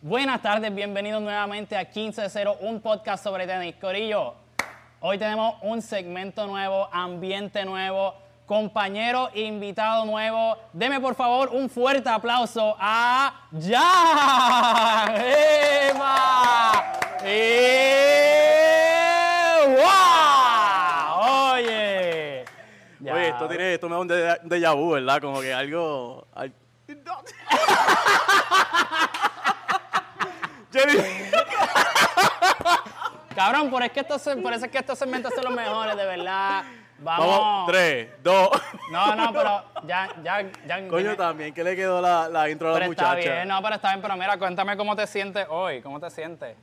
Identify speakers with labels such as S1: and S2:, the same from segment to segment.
S1: Buenas tardes, bienvenidos nuevamente a 15.0, un podcast sobre tenis. Corillo, hoy tenemos un segmento nuevo, ambiente nuevo, compañero e invitado nuevo. Deme por favor un fuerte aplauso a Jan. ¡Epa! ¡Ewa! Oye. Ya.
S2: Oye, esto, tiene, esto me da un de- un déjà vu, ¿verdad? Como que algo... al- Jenny.
S1: Cabrón, por, es que estos, por eso es que estos segmentos son los mejores, de verdad. Vamos.
S2: Vamos, tres, dos...
S1: No, no, pero ya, ya, ya.
S2: Coño, también, que le quedó la, la intro a la
S1: Pero está
S2: muchacha?
S1: bien, no, pero está bien. Pero mira, cuéntame cómo te sientes hoy, cómo te sientes.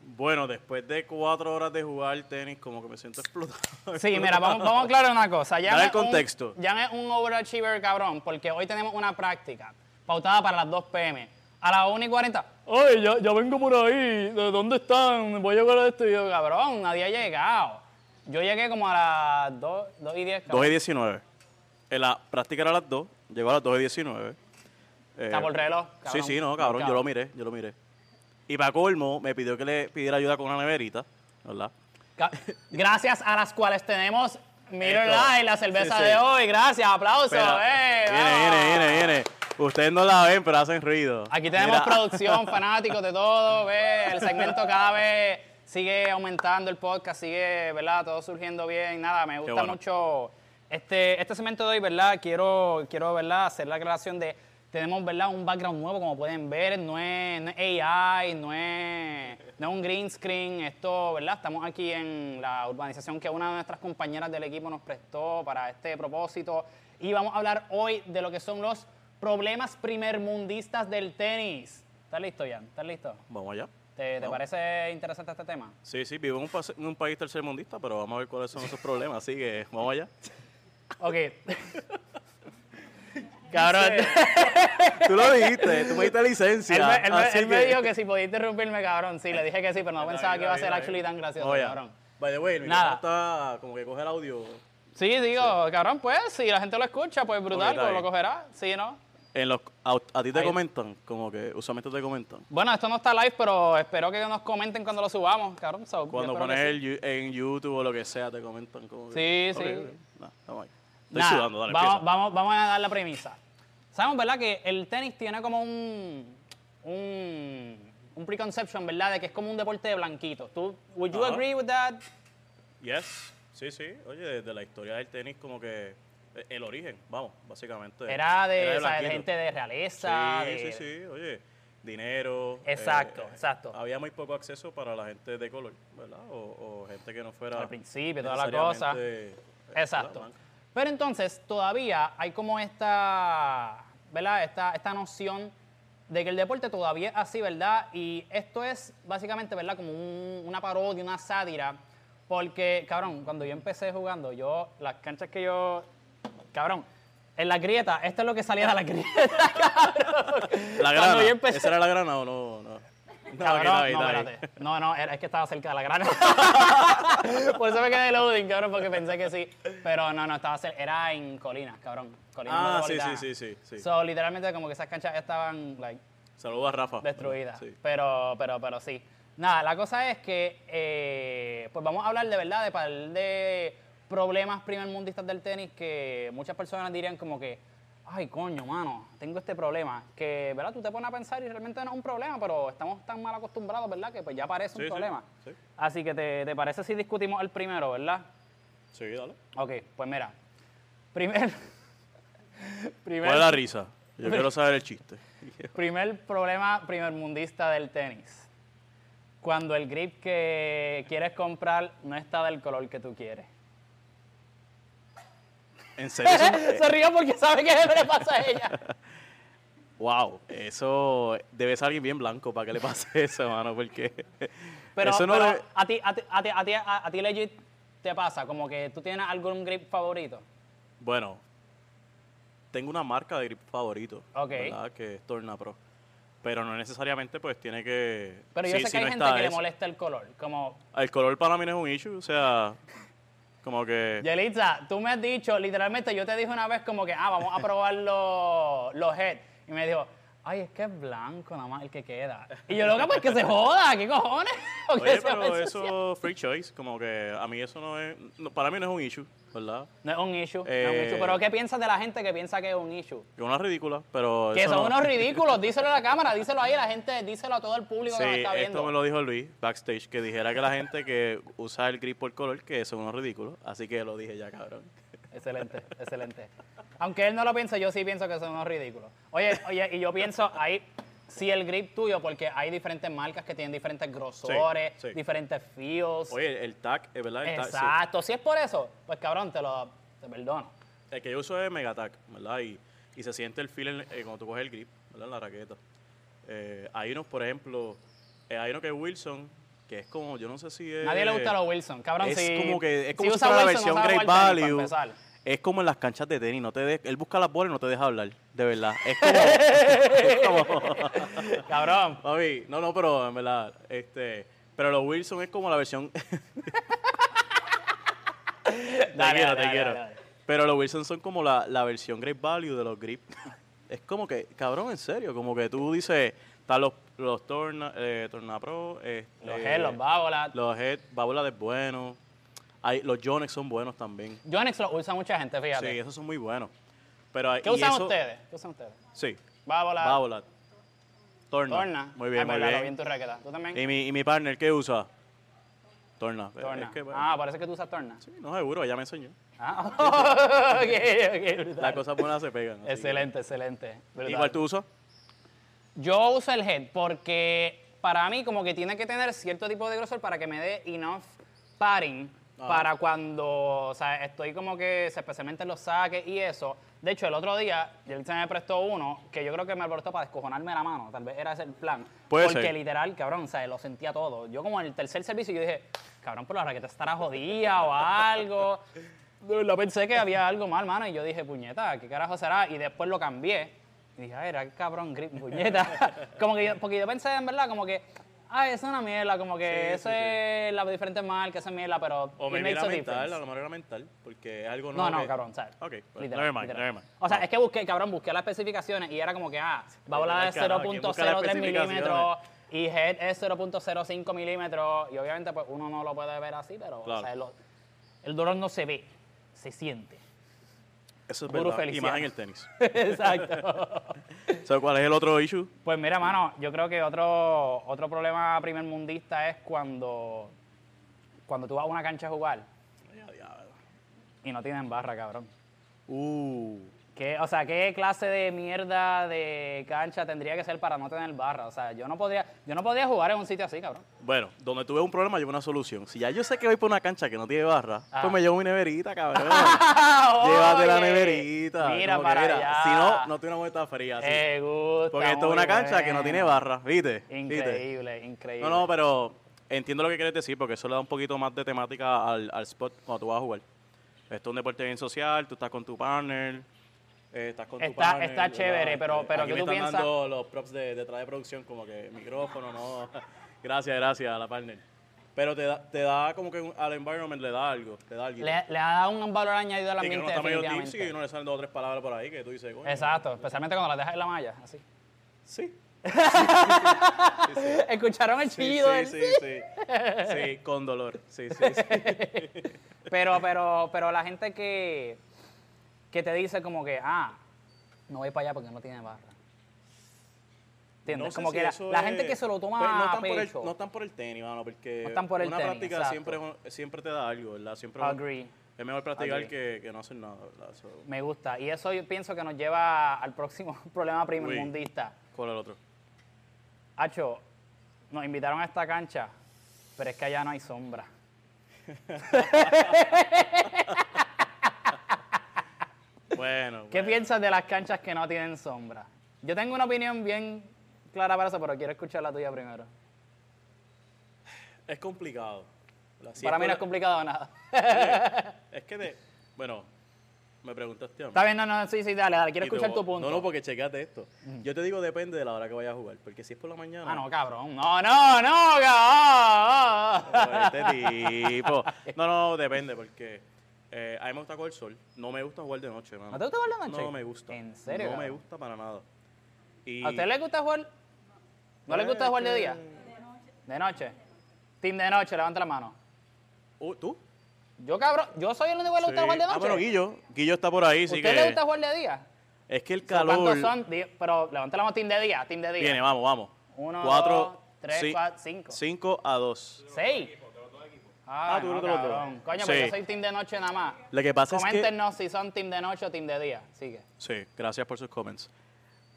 S2: Bueno, después de cuatro horas de jugar tenis, como que me siento explotado.
S1: Sí, mira, vamos, vamos a aclarar una cosa. Jan
S2: Dale
S1: es un-
S2: contexto.
S1: Jan es un overachiever, cabrón, porque hoy tenemos una práctica pautada para las 2 p.m. A las 1 y 40. Oye, ya, ya vengo por ahí. ¿De dónde están? Voy a llegar a este video, cabrón. Nadie ha llegado. Yo llegué como a las 2, 2 y 10. cabrón.
S2: 2 y 19. En la práctica era a las 2, llegó a las 2 y 19. Eh,
S1: Está por reloj, cabrón.
S2: Sí, sí, no, cabrón, yo lo miré, yo lo miré. Y para colmo, me pidió que le pidiera ayuda con una neverita, ¿verdad?
S1: Ca- Gracias a las cuales tenemos Miller
S2: Esto.
S1: Light, la cerveza
S2: Sí, sí.
S1: de hoy. Gracias, aplausos.
S2: Espera.
S1: eh,
S2: viene,
S1: vamos.
S2: viene, viene, viene. Ustedes no la ven, pero hacen ruido.
S1: Aquí tenemos
S2: Mira,
S1: producción, fanáticos de todo, ve, el segmento cada vez sigue aumentando el podcast, sigue, ¿verdad? Todo surgiendo bien, nada, me gusta
S2: bueno.
S1: mucho este, este segmento de hoy, ¿verdad? Quiero, quiero, ¿verdad? Hacer la aclaración de, tenemos, ¿verdad? Un background nuevo, como pueden ver, no es, no es AI, no es, no es un green screen, esto, ¿verdad? Estamos aquí en la urbanización que una de nuestras compañeras del equipo nos prestó para este propósito y vamos a hablar hoy de lo que son los problemas primermundistas del tenis. ¿Estás listo, Jan? ¿Estás listo?
S2: Vamos allá.
S1: ¿Te, te
S2: Vamos.
S1: parece interesante este tema?
S2: Sí, sí, vivo en un, pase- en un país tercermundista, pero vamos a ver cuáles son esos problemas, así que vamos allá.
S1: Ok. Cabrón,
S2: Tú lo dijiste, tú me diste licencia.
S1: él, me, él me-
S2: así
S1: él me
S2: que-
S1: dijo que si podía interrumpirme, cabrón. Sí, le dije que sí, pero no pensaba que iba a ser
S2: Mira,
S1: actually
S2: mira.
S1: tan gracioso,
S2: Vamos allá.
S1: cabrón.
S2: By the way, el
S1: Nada.
S2: micrófono está como que coge el audio.
S1: Sí, digo, cabrón, pues, si la gente lo escucha, pues brutal,
S2: Ok, está
S1: pues, lo
S2: bien.
S1: cogerá. Sí, ¿no?
S2: En los, a, a ti te
S1: Ahí.
S2: comentan, como que usualmente te comentan.
S1: Bueno, esto no está live, pero espero que nos comenten cuando lo subamos, cabrón. so, yo
S2: Cuando
S1: espero que
S2: pones
S1: sí.
S2: el yu- en YouTube o lo que sea, te comentan como
S1: Sí,
S2: que. Ok,
S1: sí.
S2: ok. Nah, estamos ahí. Estoy
S1: Nada,
S2: sudando, dale,
S1: vamos,
S2: empieza.
S1: vamos, vamos a dar la premisa. Sabemos, ¿verdad? Que el tenis tiene como un, un, un preconception, ¿verdad? De que es como un deporte de blanquitos. ¿Tú, would you
S2: Ajá.
S1: agree with that?
S2: Yes, sí, sí. Oye, desde la historia del tenis, como que eh, el origen, vamos, básicamente.
S1: Era de, o sea, de
S2: blanquito.
S1: gente de realeza.
S2: Sí,
S1: de-
S2: sí, sí. Oye, dinero. eh,
S1: Exacto,
S2: eh,
S1: exacto.
S2: Había muy poco acceso para la gente de color, ¿verdad? O, o gente que no fuera.
S1: Al principio, toda la cosa.
S2: necesariamente, eh, ¿verdad?
S1: Exacto.
S2: Blanca.
S1: Pero entonces todavía hay como esta, ¿verdad? Esta, esta noción de que el deporte todavía es así, ¿verdad? Y esto es básicamente, ¿verdad? Como un- una parodia, una sátira. Porque, cabrón, cuando yo empecé jugando, yo, las canchas que yo. Cabrón, en la grieta, esto es lo que salía de la grieta, cabrón.
S2: La
S1: Cuando
S2: grana.
S1: yo empecé-
S2: ¿Esa era la grana o no? No, no,
S1: Cabrón,
S2: está ahí,
S1: no,
S2: está ahí.
S1: espérate. No, no, era- es que estaba cerca de la grana. Por eso me quedé loading, cabrón, porque pensé que sí. Pero no, no, estaba cerca. Era en Colinas, cabrón. Colinas
S2: Ah, sí,
S1: Metropolitana.
S2: sí, sí, sí, sí.
S1: So, literalmente, como que esas canchas estaban, like,
S2: Saludos a Rafa.
S1: destruida.
S2: Sí.
S1: Pero, pero, pero sí. Nada, la cosa es que, eh, pues vamos a hablar de verdad de par de problemas primermundistas del tenis que muchas personas dirían como que, ay, coño, mano, tengo este problema. Que, ¿verdad? Tú te pones a pensar y realmente no es un problema, pero estamos tan mal acostumbrados, ¿verdad? Que pues ya parece un
S2: Sí, sí,
S1: problema.
S2: sí.
S1: Así que, ¿te, ¿te parece si discutimos el primero, verdad?
S2: Sí, dale.
S1: Ok, pues mira. Primer...
S2: ¿Cuál
S1: primer
S2: es la risa? Yo quiero saber el chiste.
S1: Primer problema primermundista del tenis. Cuando el grip que quieres comprar no está del color que tú quieres.
S2: ¿En serio? eso-
S1: Se rió porque sabe que le pasa a ella.
S2: Wow, eso debe ser alguien bien blanco para que le pase eso, mano, porque
S1: Pero,
S2: eso no
S1: pero
S2: debe-
S1: a ti, a ti, a ti, a ti, a- a ti legit te pasa, como que tú tienes algún grip favorito.
S2: Bueno, tengo una marca de grip favorito,
S1: Ok.
S2: ¿verdad? Que es Torna Pro, pero no necesariamente pues tiene que...
S1: Pero yo
S2: sí,
S1: sé
S2: sí,
S1: que hay
S2: no
S1: gente
S2: está
S1: que le
S2: eso.
S1: molesta el color. Como,
S2: El color para mí no es un issue, o sea, como que...
S1: Yelitza, tú me has dicho, literalmente, yo te dije una vez como que, ah, vamos a probar los, los head. Y me dijo, Ay, es que es blanco nada más el que queda. Y yo, loca, pues que se joda, ¿qué cojones? Porque
S2: Oye,
S1: se va a
S2: pero
S1: ensuciar.
S2: eso free choice, como que a mí eso no es, no, para mí no es un issue, ¿verdad?
S1: No es un issue, no es un
S2: Eh,
S1: issue. Pero ¿qué piensas de la gente que piensa que es un issue?
S2: Que una ridícula, pero
S1: Que
S2: eso
S1: son
S2: no-
S1: unos ridículos, díselo a la cámara, díselo ahí a la gente, díselo a todo el público
S2: Sí,
S1: que nos está
S2: esto me
S1: viendo.
S2: lo dijo Luis backstage que dijera que la gente que usa el gris por color que son unos ridículos, así que lo dije ya, cabrón.
S1: Excelente, excelente. Aunque él no lo piense, yo sí pienso que son unos ridículos. Oye, oye, y yo pienso ahí, sí el grip tuyo, porque hay diferentes marcas que tienen diferentes grosores,
S2: sí.
S1: diferentes feels.
S2: Oye, el tag, es verdad, el tag, sí.
S1: Exacto, si es por eso, pues cabrón, te lo te perdono.
S2: El que yo uso es Megatac, ¿verdad? Y, y se siente el feel en- eh, cuando tú coges el grip, ¿verdad? En la raqueta. Eh, hay unos, por ejemplo, eh, hay uno que es Wilson, que es como, yo no sé si es...
S1: Nadie le gusta a los Wilson, cabrón.
S2: Eh, Es
S1: si,
S2: como que es como
S1: si
S2: si
S1: usa
S2: fuera la
S1: Wilson,
S2: versión
S1: no sabe
S2: Great
S1: jugar tenis, para
S2: Value.
S1: empezar.
S2: Es como en las canchas de tenis, no te de- él busca las bolas y no te deja hablar, de verdad. Es como, es como-
S1: Cabrón,
S2: Papi, no, no, pero en verdad, este, pero los Wilson es como la versión. te
S1: Dale,
S2: quiero,
S1: dale,
S2: te
S1: dale,
S2: quiero.
S1: dale, dale.
S2: Pero los Wilson son como la, la versión Great Value de los Grip. Es como que, cabrón, en serio, como que tú dices, están los, los Torna, eh, Torna Pro, este,
S1: los Head, los Babolat.
S2: los Head, Babula es bueno, hay, los Yonex son buenos también.
S1: Yonex lo usa mucha gente, fíjate.
S2: Sí, esos son muy buenos. Pero, hay-
S1: ¿Qué
S2: y
S1: usan
S2: eso-
S1: ustedes? ¿Qué usan ustedes?
S2: Sí,
S1: Babolat,
S2: Babolat, Torna.
S1: Torna.
S2: Muy bien,
S1: Ah,
S2: muy
S1: verdad, lo
S2: bien.
S1: vi en tu raqueta. ¿Tú también?
S2: ¿Y mi, ¿Y mi partner qué usa? Torna. Es
S1: Torna.
S2: que, bueno,
S1: ah, parece que tú usas Torna.
S2: sí, no seguro, ella me enseñó.
S1: Ah, ok, ok, brutal.
S2: Las cosas buenas se pegan. así que-
S1: Excelente, excelente. brutal.
S2: Igual tú usas.
S1: Yo uso el head porque para mí como que tiene que tener cierto tipo de grosor para que me dé enough padding
S2: Ajá.
S1: para cuando o sea, estoy como que especialmente en los saques y eso. De hecho, el otro día él se me prestó uno que yo creo que me lo prestó para descojonarme la mano. Tal vez era ese el plan.
S2: Puede
S1: Porque
S2: ser.
S1: literal, cabrón, o sea, lo sentía todo. Yo como en el tercer servicio yo dije, cabrón, pero la raqueta estará jodida o algo. De verdad pensé que había algo mal, mano, y yo dije, puñeta, ¿qué carajo será? Y después lo cambié. Y dije, ay, era el cabrón grip, puñeta. como que yo, porque yo pensé, en verdad, como que, ay, eso es una mierda, como que
S2: Sí,
S1: eso
S2: sí, sí.
S1: es la diferente marca, esa mierda, pero
S2: O
S1: it
S2: me
S1: makes
S2: era
S1: a
S2: mental,
S1: difference".
S2: a lo mejor era mental, porque es algo
S1: No,
S2: nuevo.
S1: no,
S2: que-
S1: cabrón, ¿sabes?
S2: Ok, well,
S1: Literal,
S2: never mind,
S1: literal.
S2: never mind.
S1: O sea, es que busqué, cabrón, busqué las especificaciones y era como que, ah, va a volar de
S2: Literal, carajo, ¿quién busca las
S1: 0.03 milímetros
S2: especificaciones?
S1: y head es 0.05 milímetros y obviamente pues uno no lo puede ver así, pero o
S2: Claro.
S1: sea, lo- el dolor no se ve, se siente.
S2: Eso es
S1: Puro
S2: verdad. Y
S1: Feliciano.
S2: más en el tenis.
S1: Exacto.
S2: So, ¿Cuál es el otro issue?
S1: Pues mira, mano, yo creo que otro, otro problema primermundista es cuando, cuando tú vas a una cancha a jugar
S2: Ay, a diablo.
S1: y no tienen barra, cabrón.
S2: Uh,
S1: ¿Qué- o sea, ¿qué clase de mierda de cancha tendría que ser para no tener barra? O sea, yo no podría, yo no podría jugar en un sitio así, cabrón.
S2: bueno, donde tuve un problema, llevo una solución. Si ya yo sé que voy por una cancha que no tiene barra,
S1: Ah.
S2: pues me llevo mi neverita, cabrón.
S1: Oye,
S2: Llévate la neverita.
S1: Mira
S2: Como que,
S1: para
S2: mira,
S1: allá.
S2: Si no, no tiene una vuelta fría. así.
S1: Te gusta,
S2: Porque esto es
S1: muy
S2: una cancha que
S1: bueno.
S2: no tiene barra, ¿viste? ¿Viste?
S1: Increíble, increíble.
S2: No, no, pero entiendo lo que quieres decir, porque eso le da un poquito más de temática al, al spot cuando tú vas a jugar. Esto es un deporte bien social, tú estás con tu partner, eh, estás con tu
S1: Está-
S2: partner.
S1: está
S2: ¿verdad?
S1: chévere, pero-
S2: Este,
S1: pero
S2: aquí
S1: ¿qué
S2: me
S1: tú
S2: están
S1: piensas?
S2: dando los props de, detrás de producción, como que micrófono, no. gracias, gracias a la partner. Pero te da, te da como que un- al environment le da algo, te da algo.
S1: Le, le ha dado un valor añadido al
S2: y que uno
S1: ambiente,
S2: está medio
S1: definitivamente.
S2: tipsy y uno le salen dos o tres palabras por ahí que tú dices, coño.
S1: Exacto, especialmente cuando las dejas en la malla, así.
S2: Sí.
S1: Escucharon el
S2: Sí,
S1: chillido del-
S2: sí, sí,
S1: ¿eh?
S2: sí. Sí, con dolor. Sí, sí, sí.
S1: Pero, pero, pero la gente que, que te dice como que, ah, no voy para allá porque no tiene barra. ¿Entiendes?
S2: No sé
S1: como
S2: si
S1: que la,
S2: eso
S1: la
S2: es-
S1: gente que se lo toma
S2: Pues
S1: a
S2: están
S1: pecho.
S2: Por el, no están por el tenis, mano, porque
S1: No están por el
S2: una
S1: tenis,
S2: práctica
S1: exacto.
S2: siempre, es un- siempre te da algo, ¿verdad? Siempre es un-
S1: Agree.
S2: es mejor practicar
S1: Agree.
S2: que, que no hacer nada, ¿verdad? So,
S1: Me gusta. Y eso yo pienso que nos lleva al próximo problema primermundista.
S2: ¿Cuál es el otro?
S1: Hacho, nos invitaron a esta cancha, pero es que allá no hay sombra.
S2: Bueno,
S1: ¿Qué
S2: bueno.
S1: piensas de las canchas que no tienen sombra? Yo tengo una opinión bien clara para eso, pero quiero escuchar la tuya primero.
S2: es complicado. ¿verdad? Si
S1: para mí no es
S2: por-
S1: complicado nada.
S2: Es que, te- bueno, me preguntaste a mí.
S1: Está bien, no, no, sí, sí, dale, dale, quiero
S2: Y te
S1: escuchar
S2: voy-
S1: tu punto.
S2: No, no, porque checate esto. Yo te digo depende de la hora que vayas a jugar, porque si es por la mañana...
S1: Ah, no, cabrón. No, no, no, cabrón.
S2: Pero este tipo. No, no, depende, porque eh, a mí me gusta coger sol. No me gusta jugar de noche, mano.
S1: ¿No te gusta jugar de noche?
S2: No me gusta.
S1: ¿En serio,
S2: No me
S1: cabrón?
S2: gusta para nada. Y
S1: ¿A usted le gusta jugar? ¿No le gusta jugar de día? De noche. Team de noche, levanta la mano.
S2: Uh, ¿Tú?
S1: Yo, cabrón, yo soy el único que le gusta
S2: Sí.
S1: jugar de noche.
S2: Ah, bueno, Guillo. Guillo está por ahí,
S1: ¿Usted
S2: sí que...
S1: le gusta jugar de día?
S2: Es que el
S1: ¿Cuántos
S2: calor...
S1: son? Di- Pero levanta la mano, team de día, team de día.
S2: Viene, vamos, vamos.
S1: Uno,
S2: Cuatro,
S1: dos, tres,
S2: sí,
S1: cuatro, cinco.
S2: Cinco a dos.
S1: ¿Seis? Ah,
S2: Ah, tú
S1: no,
S2: eres de los dos.
S1: cabrón. Coño, pues
S2: Sí.
S1: yo soy team de noche nada más.
S2: Lo que pasa es que-
S1: Coméntenos si son team de noche o team de día. Sigue.
S2: Sí, gracias por sus comments.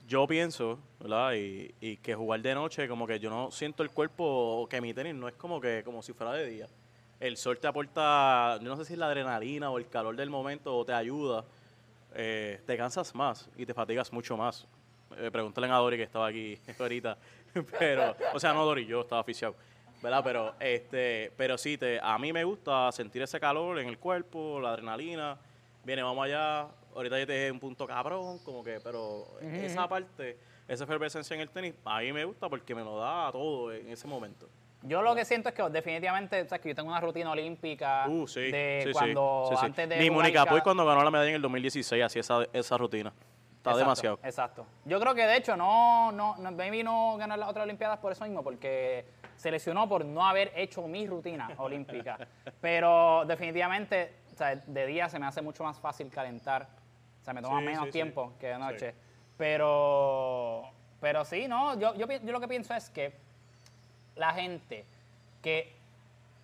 S2: Yo pienso, ¿verdad? Y, y que jugar de noche, como que yo no siento el cuerpo, que mi tenis no es como que como si fuera de día. El sol te aporta, yo no sé si es la adrenalina o el calor del momento o te ayuda. eh, te cansas más y te fatigas mucho más. Eh, pregúntale a Dori que estaba aquí ahorita. Pero, o sea, no Dori, yo estaba aficionado. ¿Verdad? Pero, este, pero sí, te, a mí me gusta sentir ese calor en el cuerpo, la adrenalina. Viene, vamos allá. Ahorita yo te dije un punto cabrón, como que, pero esa parte, esa efervescencia en el tenis, a mí me gusta porque me lo da todo en ese momento.
S1: Yo lo que siento es que definitivamente, o sea, que yo tengo una rutina olímpica
S2: Uh, sí.
S1: de
S2: sí, sí,
S1: cuando
S2: sí, sí.
S1: antes de
S2: Ni
S1: jugar
S2: Mónica pues,
S1: cada-
S2: Puig cuando ganó la medalla en el 2016 hacía esa, esa rutina. Está
S1: Exacto,
S2: demasiado.
S1: Exacto. Yo creo que de hecho no, no, no Baby no ganó las otras Olimpiadas por eso mismo, porque se lesionó por no haber hecho mi rutina olímpica. Pero definitivamente, o sea, de día se me hace mucho más fácil calentar. O sea, me toma
S2: Sí,
S1: menos
S2: sí, sí.
S1: tiempo que de
S2: Sí.
S1: noche. Pero, pero sí, no, yo, yo, pi- yo lo que pienso es que la gente que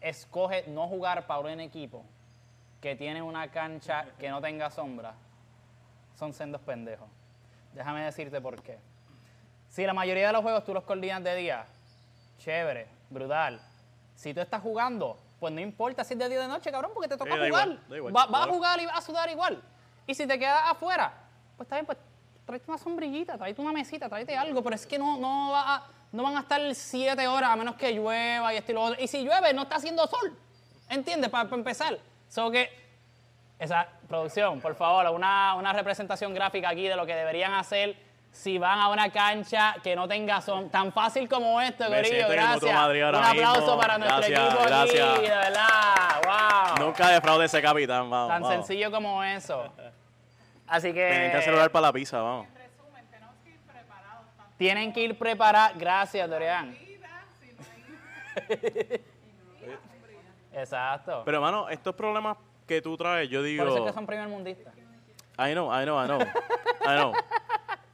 S1: escoge no jugar para un equipo que tiene una cancha que no tenga sombra, son sendos pendejos. Déjame decirte por qué. Si la mayoría de los juegos tú los coordinas de día, chévere, brutal. Si tú estás jugando, pues no importa si es de día o de noche, cabrón, porque te toca
S2: da
S1: jugar.
S2: igual, da igual.
S1: Va- vas a
S2: Claro.
S1: jugar y vas a sudar igual. Y si te quedas afuera, pues está bien, pues tráete una sombrillita, tráete una mesita, tráete algo, pero es que no, no, va a- no van a estar siete horas a menos que llueva y esto y lo otro. Y si llueve, no está haciendo sol. ¿Entiendes? Para empezar. So que esa producción, por favor, una, una representación gráfica aquí de lo que deberían hacer si van a una cancha que no tenga son tan fácil como esto,
S2: Me
S1: Corillo,
S2: siento en el
S1: gracias.
S2: Moto Madrid
S1: Un
S2: ahora
S1: aplauso
S2: mismo.
S1: para nuestro
S2: Gracias,
S1: equipo
S2: gracias.
S1: aquí, de verdad. Wow.
S2: Nunca defraude ese capitán, vamos.
S1: tan
S2: vamos.
S1: sencillo como eso. Así que
S2: Tienen que celular para la pizza, vamos.
S3: resumen, tenemos que ir preparados tanto
S1: tienen que ir preparados. Gracias, Dorian.
S3: vida, si no hay
S1: Exacto.
S2: Pero hermano, estos problemas que tú traes, yo digo.
S1: por eso es que son primer mundistas.
S2: I know, I know, I know. I know.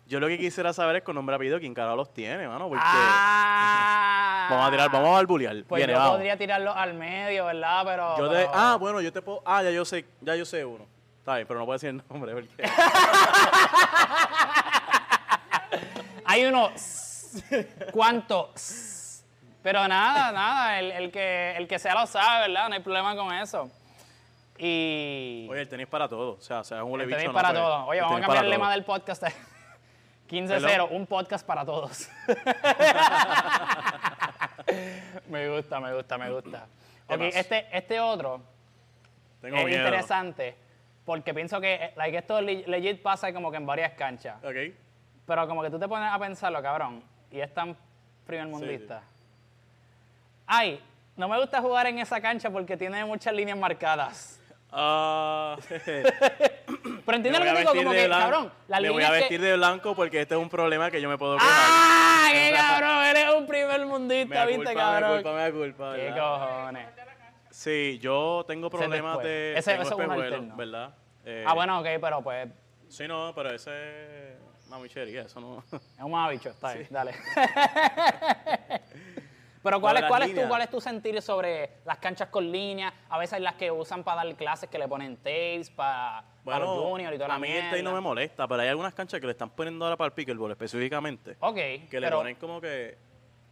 S2: Yo lo que quisiera saber es con nombre y apellido quién carajo los tiene, mano. Porque
S1: Ah.
S2: vamos a tirar, vamos a barbulear.
S1: Pues
S2: Viene,
S1: yo
S2: vamos.
S1: podría tirarlo al medio, ¿verdad? Pero.
S2: Yo te,
S1: pero-
S2: ah, bueno, yo te puedo. Ah, ya yo sé, ya yo sé uno. Está bien, pero no puedo decir el nombre porque.
S1: Hay uno. ¿Cuánto? Pero nada, nada. El, el que, el que sea lo sabe, ¿verdad? No hay problema con eso. Y.
S2: Oye, el tenis para todo. O sea, sea un
S1: el
S2: huele
S1: tenis
S2: bicho,
S1: para
S2: no, pues,
S1: todos. Oye,
S2: el
S1: vamos a cambiar
S2: tenis para
S1: el lema
S2: todo.
S1: del podcast. 15-0,
S2: Hello.
S1: un podcast para todos. me gusta, me gusta, me gusta.
S2: ¿Qué
S1: Ok,
S2: más?
S1: este, este otro
S2: Tengo
S1: es
S2: miedo.
S1: interesante porque pienso que eh, like, esto le- legit pasa como que en varias canchas.
S2: Ok.
S1: Pero como que tú te pones a pensarlo, cabrón, y es tan primermundista. Ay, no me gusta jugar en esa cancha porque tiene muchas líneas marcadas.
S2: Ah.
S1: Pero entiendes lo
S2: Me
S1: que
S2: voy a
S1: digo,
S2: vestir
S1: como
S2: de
S1: que,
S2: blan-
S1: cabrón, las
S2: Me voy
S1: líneas
S2: a
S1: que-
S2: vestir de blanco porque este es un problema que yo me puedo quejar.
S1: ¡Ah! ¡Qué cabrón! Eres un primermundista,
S2: me
S1: ¿viste,
S2: culpa,
S1: cabrón?
S2: me culpa, me culpa.
S1: ¡Qué
S2: ¿verdad?
S1: cojones!
S2: Sí, yo tengo
S1: es
S2: problemas
S1: después.
S2: de
S1: Ese-
S2: tengo
S1: ese es un
S2: espejuelos,
S1: alterno.
S2: ¿verdad? Eh,
S1: Ah, bueno, ok, pero pues
S2: Sí, no, pero ese es mamichería, eso no.
S1: es un mamabicho, está bien, dale. Pero ¿cuál,
S2: Lo de
S1: es,
S2: las
S1: cuál, es tu,
S2: líneas.
S1: ¿cuál es tu sentir sobre las canchas con líneas? A veces las que usan para dar clases que le ponen tapes para, para los
S2: Bueno,
S1: juniors y toda la
S2: a mí el tenis no me
S1: mierda.
S2: molesta, pero hay algunas canchas que le están poniendo ahora para el pickleball específicamente,
S1: Ok,
S2: que le
S1: Oh, pero-
S2: ponen como que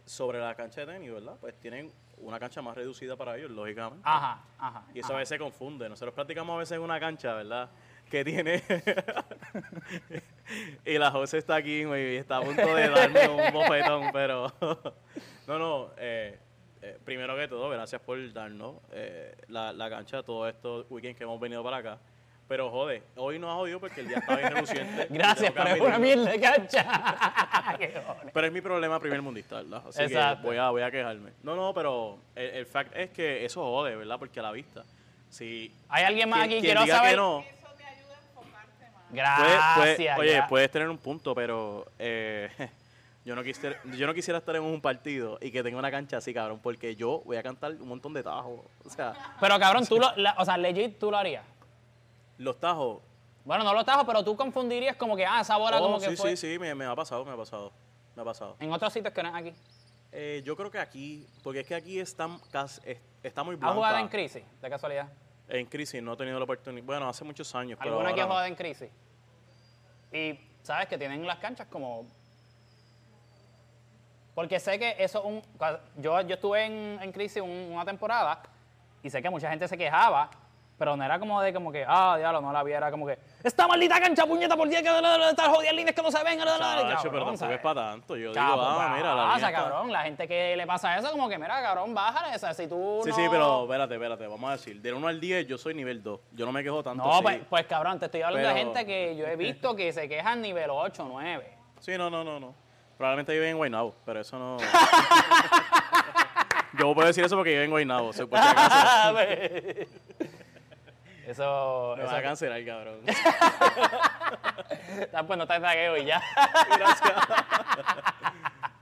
S2: sobre la cancha de tenis, ¿verdad? Pues tienen una cancha más reducida para ellos, lógicamente.
S1: Ajá, ajá.
S2: Y eso a veces se confunde. Nosotros practicamos a veces en una cancha, ¿verdad? Que tiene. y la José está aquí güey, y está a punto de darme un bofetón, pero. no, no. eh, eh, primero que todo, gracias por darnos eh, la, la cancha todos estos weekends que hemos venido para acá. Pero joder, hoy nos ha jodido porque el día está bien reluciente.
S1: Gracias,
S2: Tengo que
S1: pero es una
S2: admitirlo.
S1: mierda de cancha. Qué cojones.
S2: Pero es mi problema primer mundista, ¿verdad? Así
S1: Exacto.
S2: que voy a, voy a quejarme. No, no, pero el, el fact es que eso jode, ¿verdad? Porque a la vista. Si
S1: Hay alguien más
S2: quien-
S1: aquí,
S2: quien
S1: quiero
S2: diga
S1: saber.
S2: Que no,
S3: eso te ayuda a enfocarte más.
S2: Puede-
S1: Gracias.
S2: puede- oye,
S1: gra-
S2: puedes tener un punto, pero eh, yo, no quisiera, yo no quisiera estar en un partido y que tenga una cancha así, cabrón, porque yo voy a cantar un montón de tajos. O sea,
S1: Pero cabrón, tú lo, la- o sea, legit tú lo harías.
S2: los tajos.
S1: Bueno, no lo tajo, pero tú confundirías como que, ah, esa bola
S2: Oh,
S1: como que
S2: sí,
S1: fue
S2: sí, sí, me, me ha pasado, me ha pasado. Me ha pasado.
S1: en otros sitios que no es aquí.
S2: Eh, yo creo que aquí, porque es que aquí está, cas- es- está muy blanca.
S1: ¿Has jugado en crisis, de casualidad?
S2: En crisis no he tenido la oportunidad. Bueno, hace muchos años. Pero
S1: ¿Alguna que ha
S2: ahora no.
S1: jugado en crisis? Y sabes que tienen las canchas como... Porque sé que eso es un... cua- Yo, yo estuve en, en crisis un- una temporada y sé que mucha gente se quejaba, pero no era como de como que, ah, diablo, no la vi, era como que, esta maldita cancha, puñeta, por 10 que estas jodidas líneas que no se ven.
S2: Chacho,
S1: Cabrón,
S2: pero tampoco
S1: ¿sabes?
S2: es para tanto. Yo
S1: Capo,
S2: digo, ah, mira, la
S1: pasa,
S2: línea está-
S1: cabrón. La gente que le pasa eso, como que, mira, cabrón, bájale. O sea, si tú
S2: Sí,
S1: no...
S2: sí, pero espérate, espérate, vamos a decir, del 1 al 10 yo soy nivel 2. Yo no me quejo tanto.
S1: No,
S2: así.
S1: pues, pues, cabrón, te estoy hablando de
S2: Pero-
S1: gente que yo he visto que se quejan nivel 8, 9.
S2: Sí, no, no, no, no. Probablemente vive en Guaynabo, pero eso no. yo puedo decir eso porque vive en Guaynabo, o sea, por si acaso
S1: Eso,
S2: me van a
S1: eso
S2: cancelar, cabrón.
S1: ah, pues no está en tragueo y ya.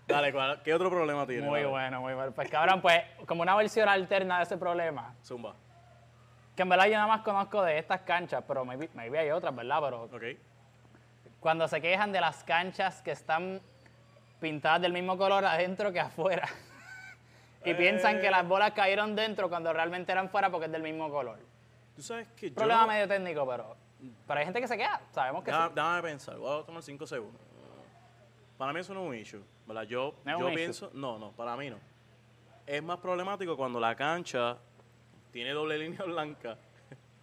S2: Dale, ¿cuál- ¿qué otro problema tiene?
S1: Muy
S2: Dale,
S1: bueno, muy bueno. Pues cabrón, pues como una versión alterna de ese problema,
S2: Zumba.
S1: que en verdad yo nada más conozco de estas canchas, pero maybe, maybe hay otras, ¿verdad? Pero
S2: Ok.
S1: cuando se quejan de las canchas que están pintadas del mismo color adentro que afuera. y piensan que las bolas cayeron dentro cuando realmente eran fuera porque es del mismo color.
S2: Tú sabes que yo.
S1: Problema medio técnico, pero, pero hay gente que se queda, sabemos que
S2: Déjame,
S1: sí.
S2: déjame pensar, voy a tomar 5 segundos. Para mí eso no es un issue, ¿verdad? Yo,
S1: No es
S2: yo
S1: un
S2: pienso, no, no, para mí no. Es más problemático cuando la cancha tiene doble línea blanca.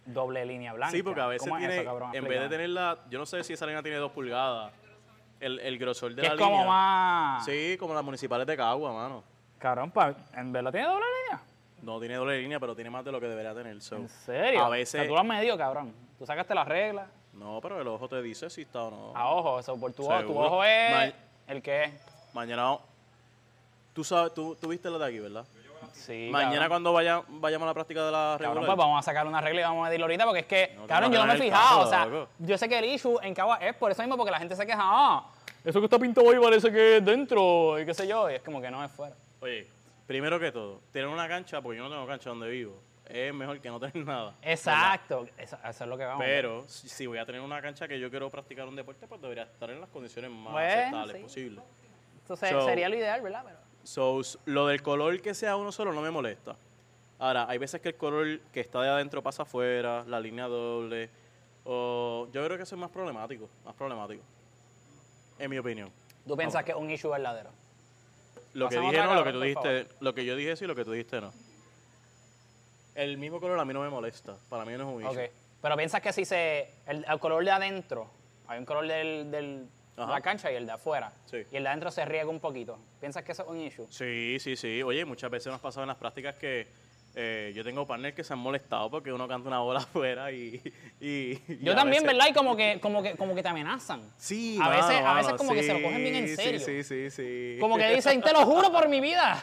S1: Doble línea blanca.
S2: Sí, porque a veces
S1: ¿Cómo es
S2: tiene,
S1: eso, cabrón?
S2: en vez de
S1: Explícame.
S2: tenerla, yo no sé si esa línea tiene 2 pulgadas, el, el grosor de
S1: Que
S2: la
S1: es como
S2: línea.
S1: más...
S2: Sí, como las municipales de Cagua, mano.
S1: Cabrón, pa- en verdad tiene doble línea.
S2: No tiene doble línea, pero tiene más de lo que debería tener. so,
S1: ¿En serio?
S2: A
S1: O sea,
S2: veces,
S1: tú lo has medido, cabrón. Tú sacaste las reglas
S2: no, pero el ojo te dice si está o no.
S1: a ojo. Eso por tu ojo. Tu
S2: Seguro.
S1: ojo es
S2: Mal.
S1: el que es.
S2: Mañana, tú sabes, tú, tú viste lo de aquí, ¿verdad?
S1: Sí,
S2: Mañana
S1: cabrón.
S2: cuando vaya, vayamos a la práctica de la
S1: Cabrón,
S2: regular.
S1: pues vamos a sacar una regla y vamos a medirlo ahorita porque es que,
S2: No te
S1: cabrón, yo no me he
S2: matan el
S1: fijado.
S2: carro,
S1: o sea,
S2: loco.
S1: yo sé que el issue en Cagua es por eso mismo porque la gente se queja. Ah, eso que está pintado ahí parece que es dentro y qué sé yo. Y es como que no es fuera.
S2: Oye, primero que todo, tener una cancha, porque yo no tengo cancha donde vivo, es mejor que no tener nada.
S1: Exacto. Eso, eso es lo que vamos.
S2: Pero si si voy a tener una cancha que yo quiero practicar un deporte, pues debería estar en las condiciones más
S1: Bueno,
S2: aceptables
S1: sí.
S2: posible.
S1: Entonces
S2: So-
S1: sería lo ideal, ¿verdad? Pero-
S2: So, s- lo del color que sea uno solo no me molesta. Ahora, hay veces que el color que está de adentro pasa afuera, la línea doble. O yo creo que eso es más problemático, más problemático. En mi opinión.
S1: tú piensas que es un issue verdadero.
S2: Lo que
S1: Pasamos
S2: dije
S1: otra,
S2: no, lo que tú
S1: cabrón, por
S2: dijiste, lo que yo dije sí, lo que tú dijiste no. El mismo color a mí no me molesta, para mí no es un issue.
S1: Ok. Pero piensas que si se. El, el color de adentro. Hay un color del, del- de la
S2: Ajá.
S1: cancha y el de afuera.
S2: Sí.
S1: Y el de adentro se riega un poquito. ¿Piensas que eso es un issue?
S2: Sí, sí, sí. Oye, muchas veces nos ha pasado en las prácticas que eh, yo tengo partners que se han molestado porque uno canta una bola afuera y... y- y
S1: Yo
S2: a
S1: también,
S2: veces-
S1: ¿verdad? Y como que, como que, como que te amenazan.
S2: Sí,
S1: A veces- a
S2: mano,
S1: veces
S2: mano,
S1: como que se lo cogen bien en
S2: sí,
S1: serio.
S2: Sí, sí, sí, sí.
S1: Como que dicen, te lo juro por mi vida.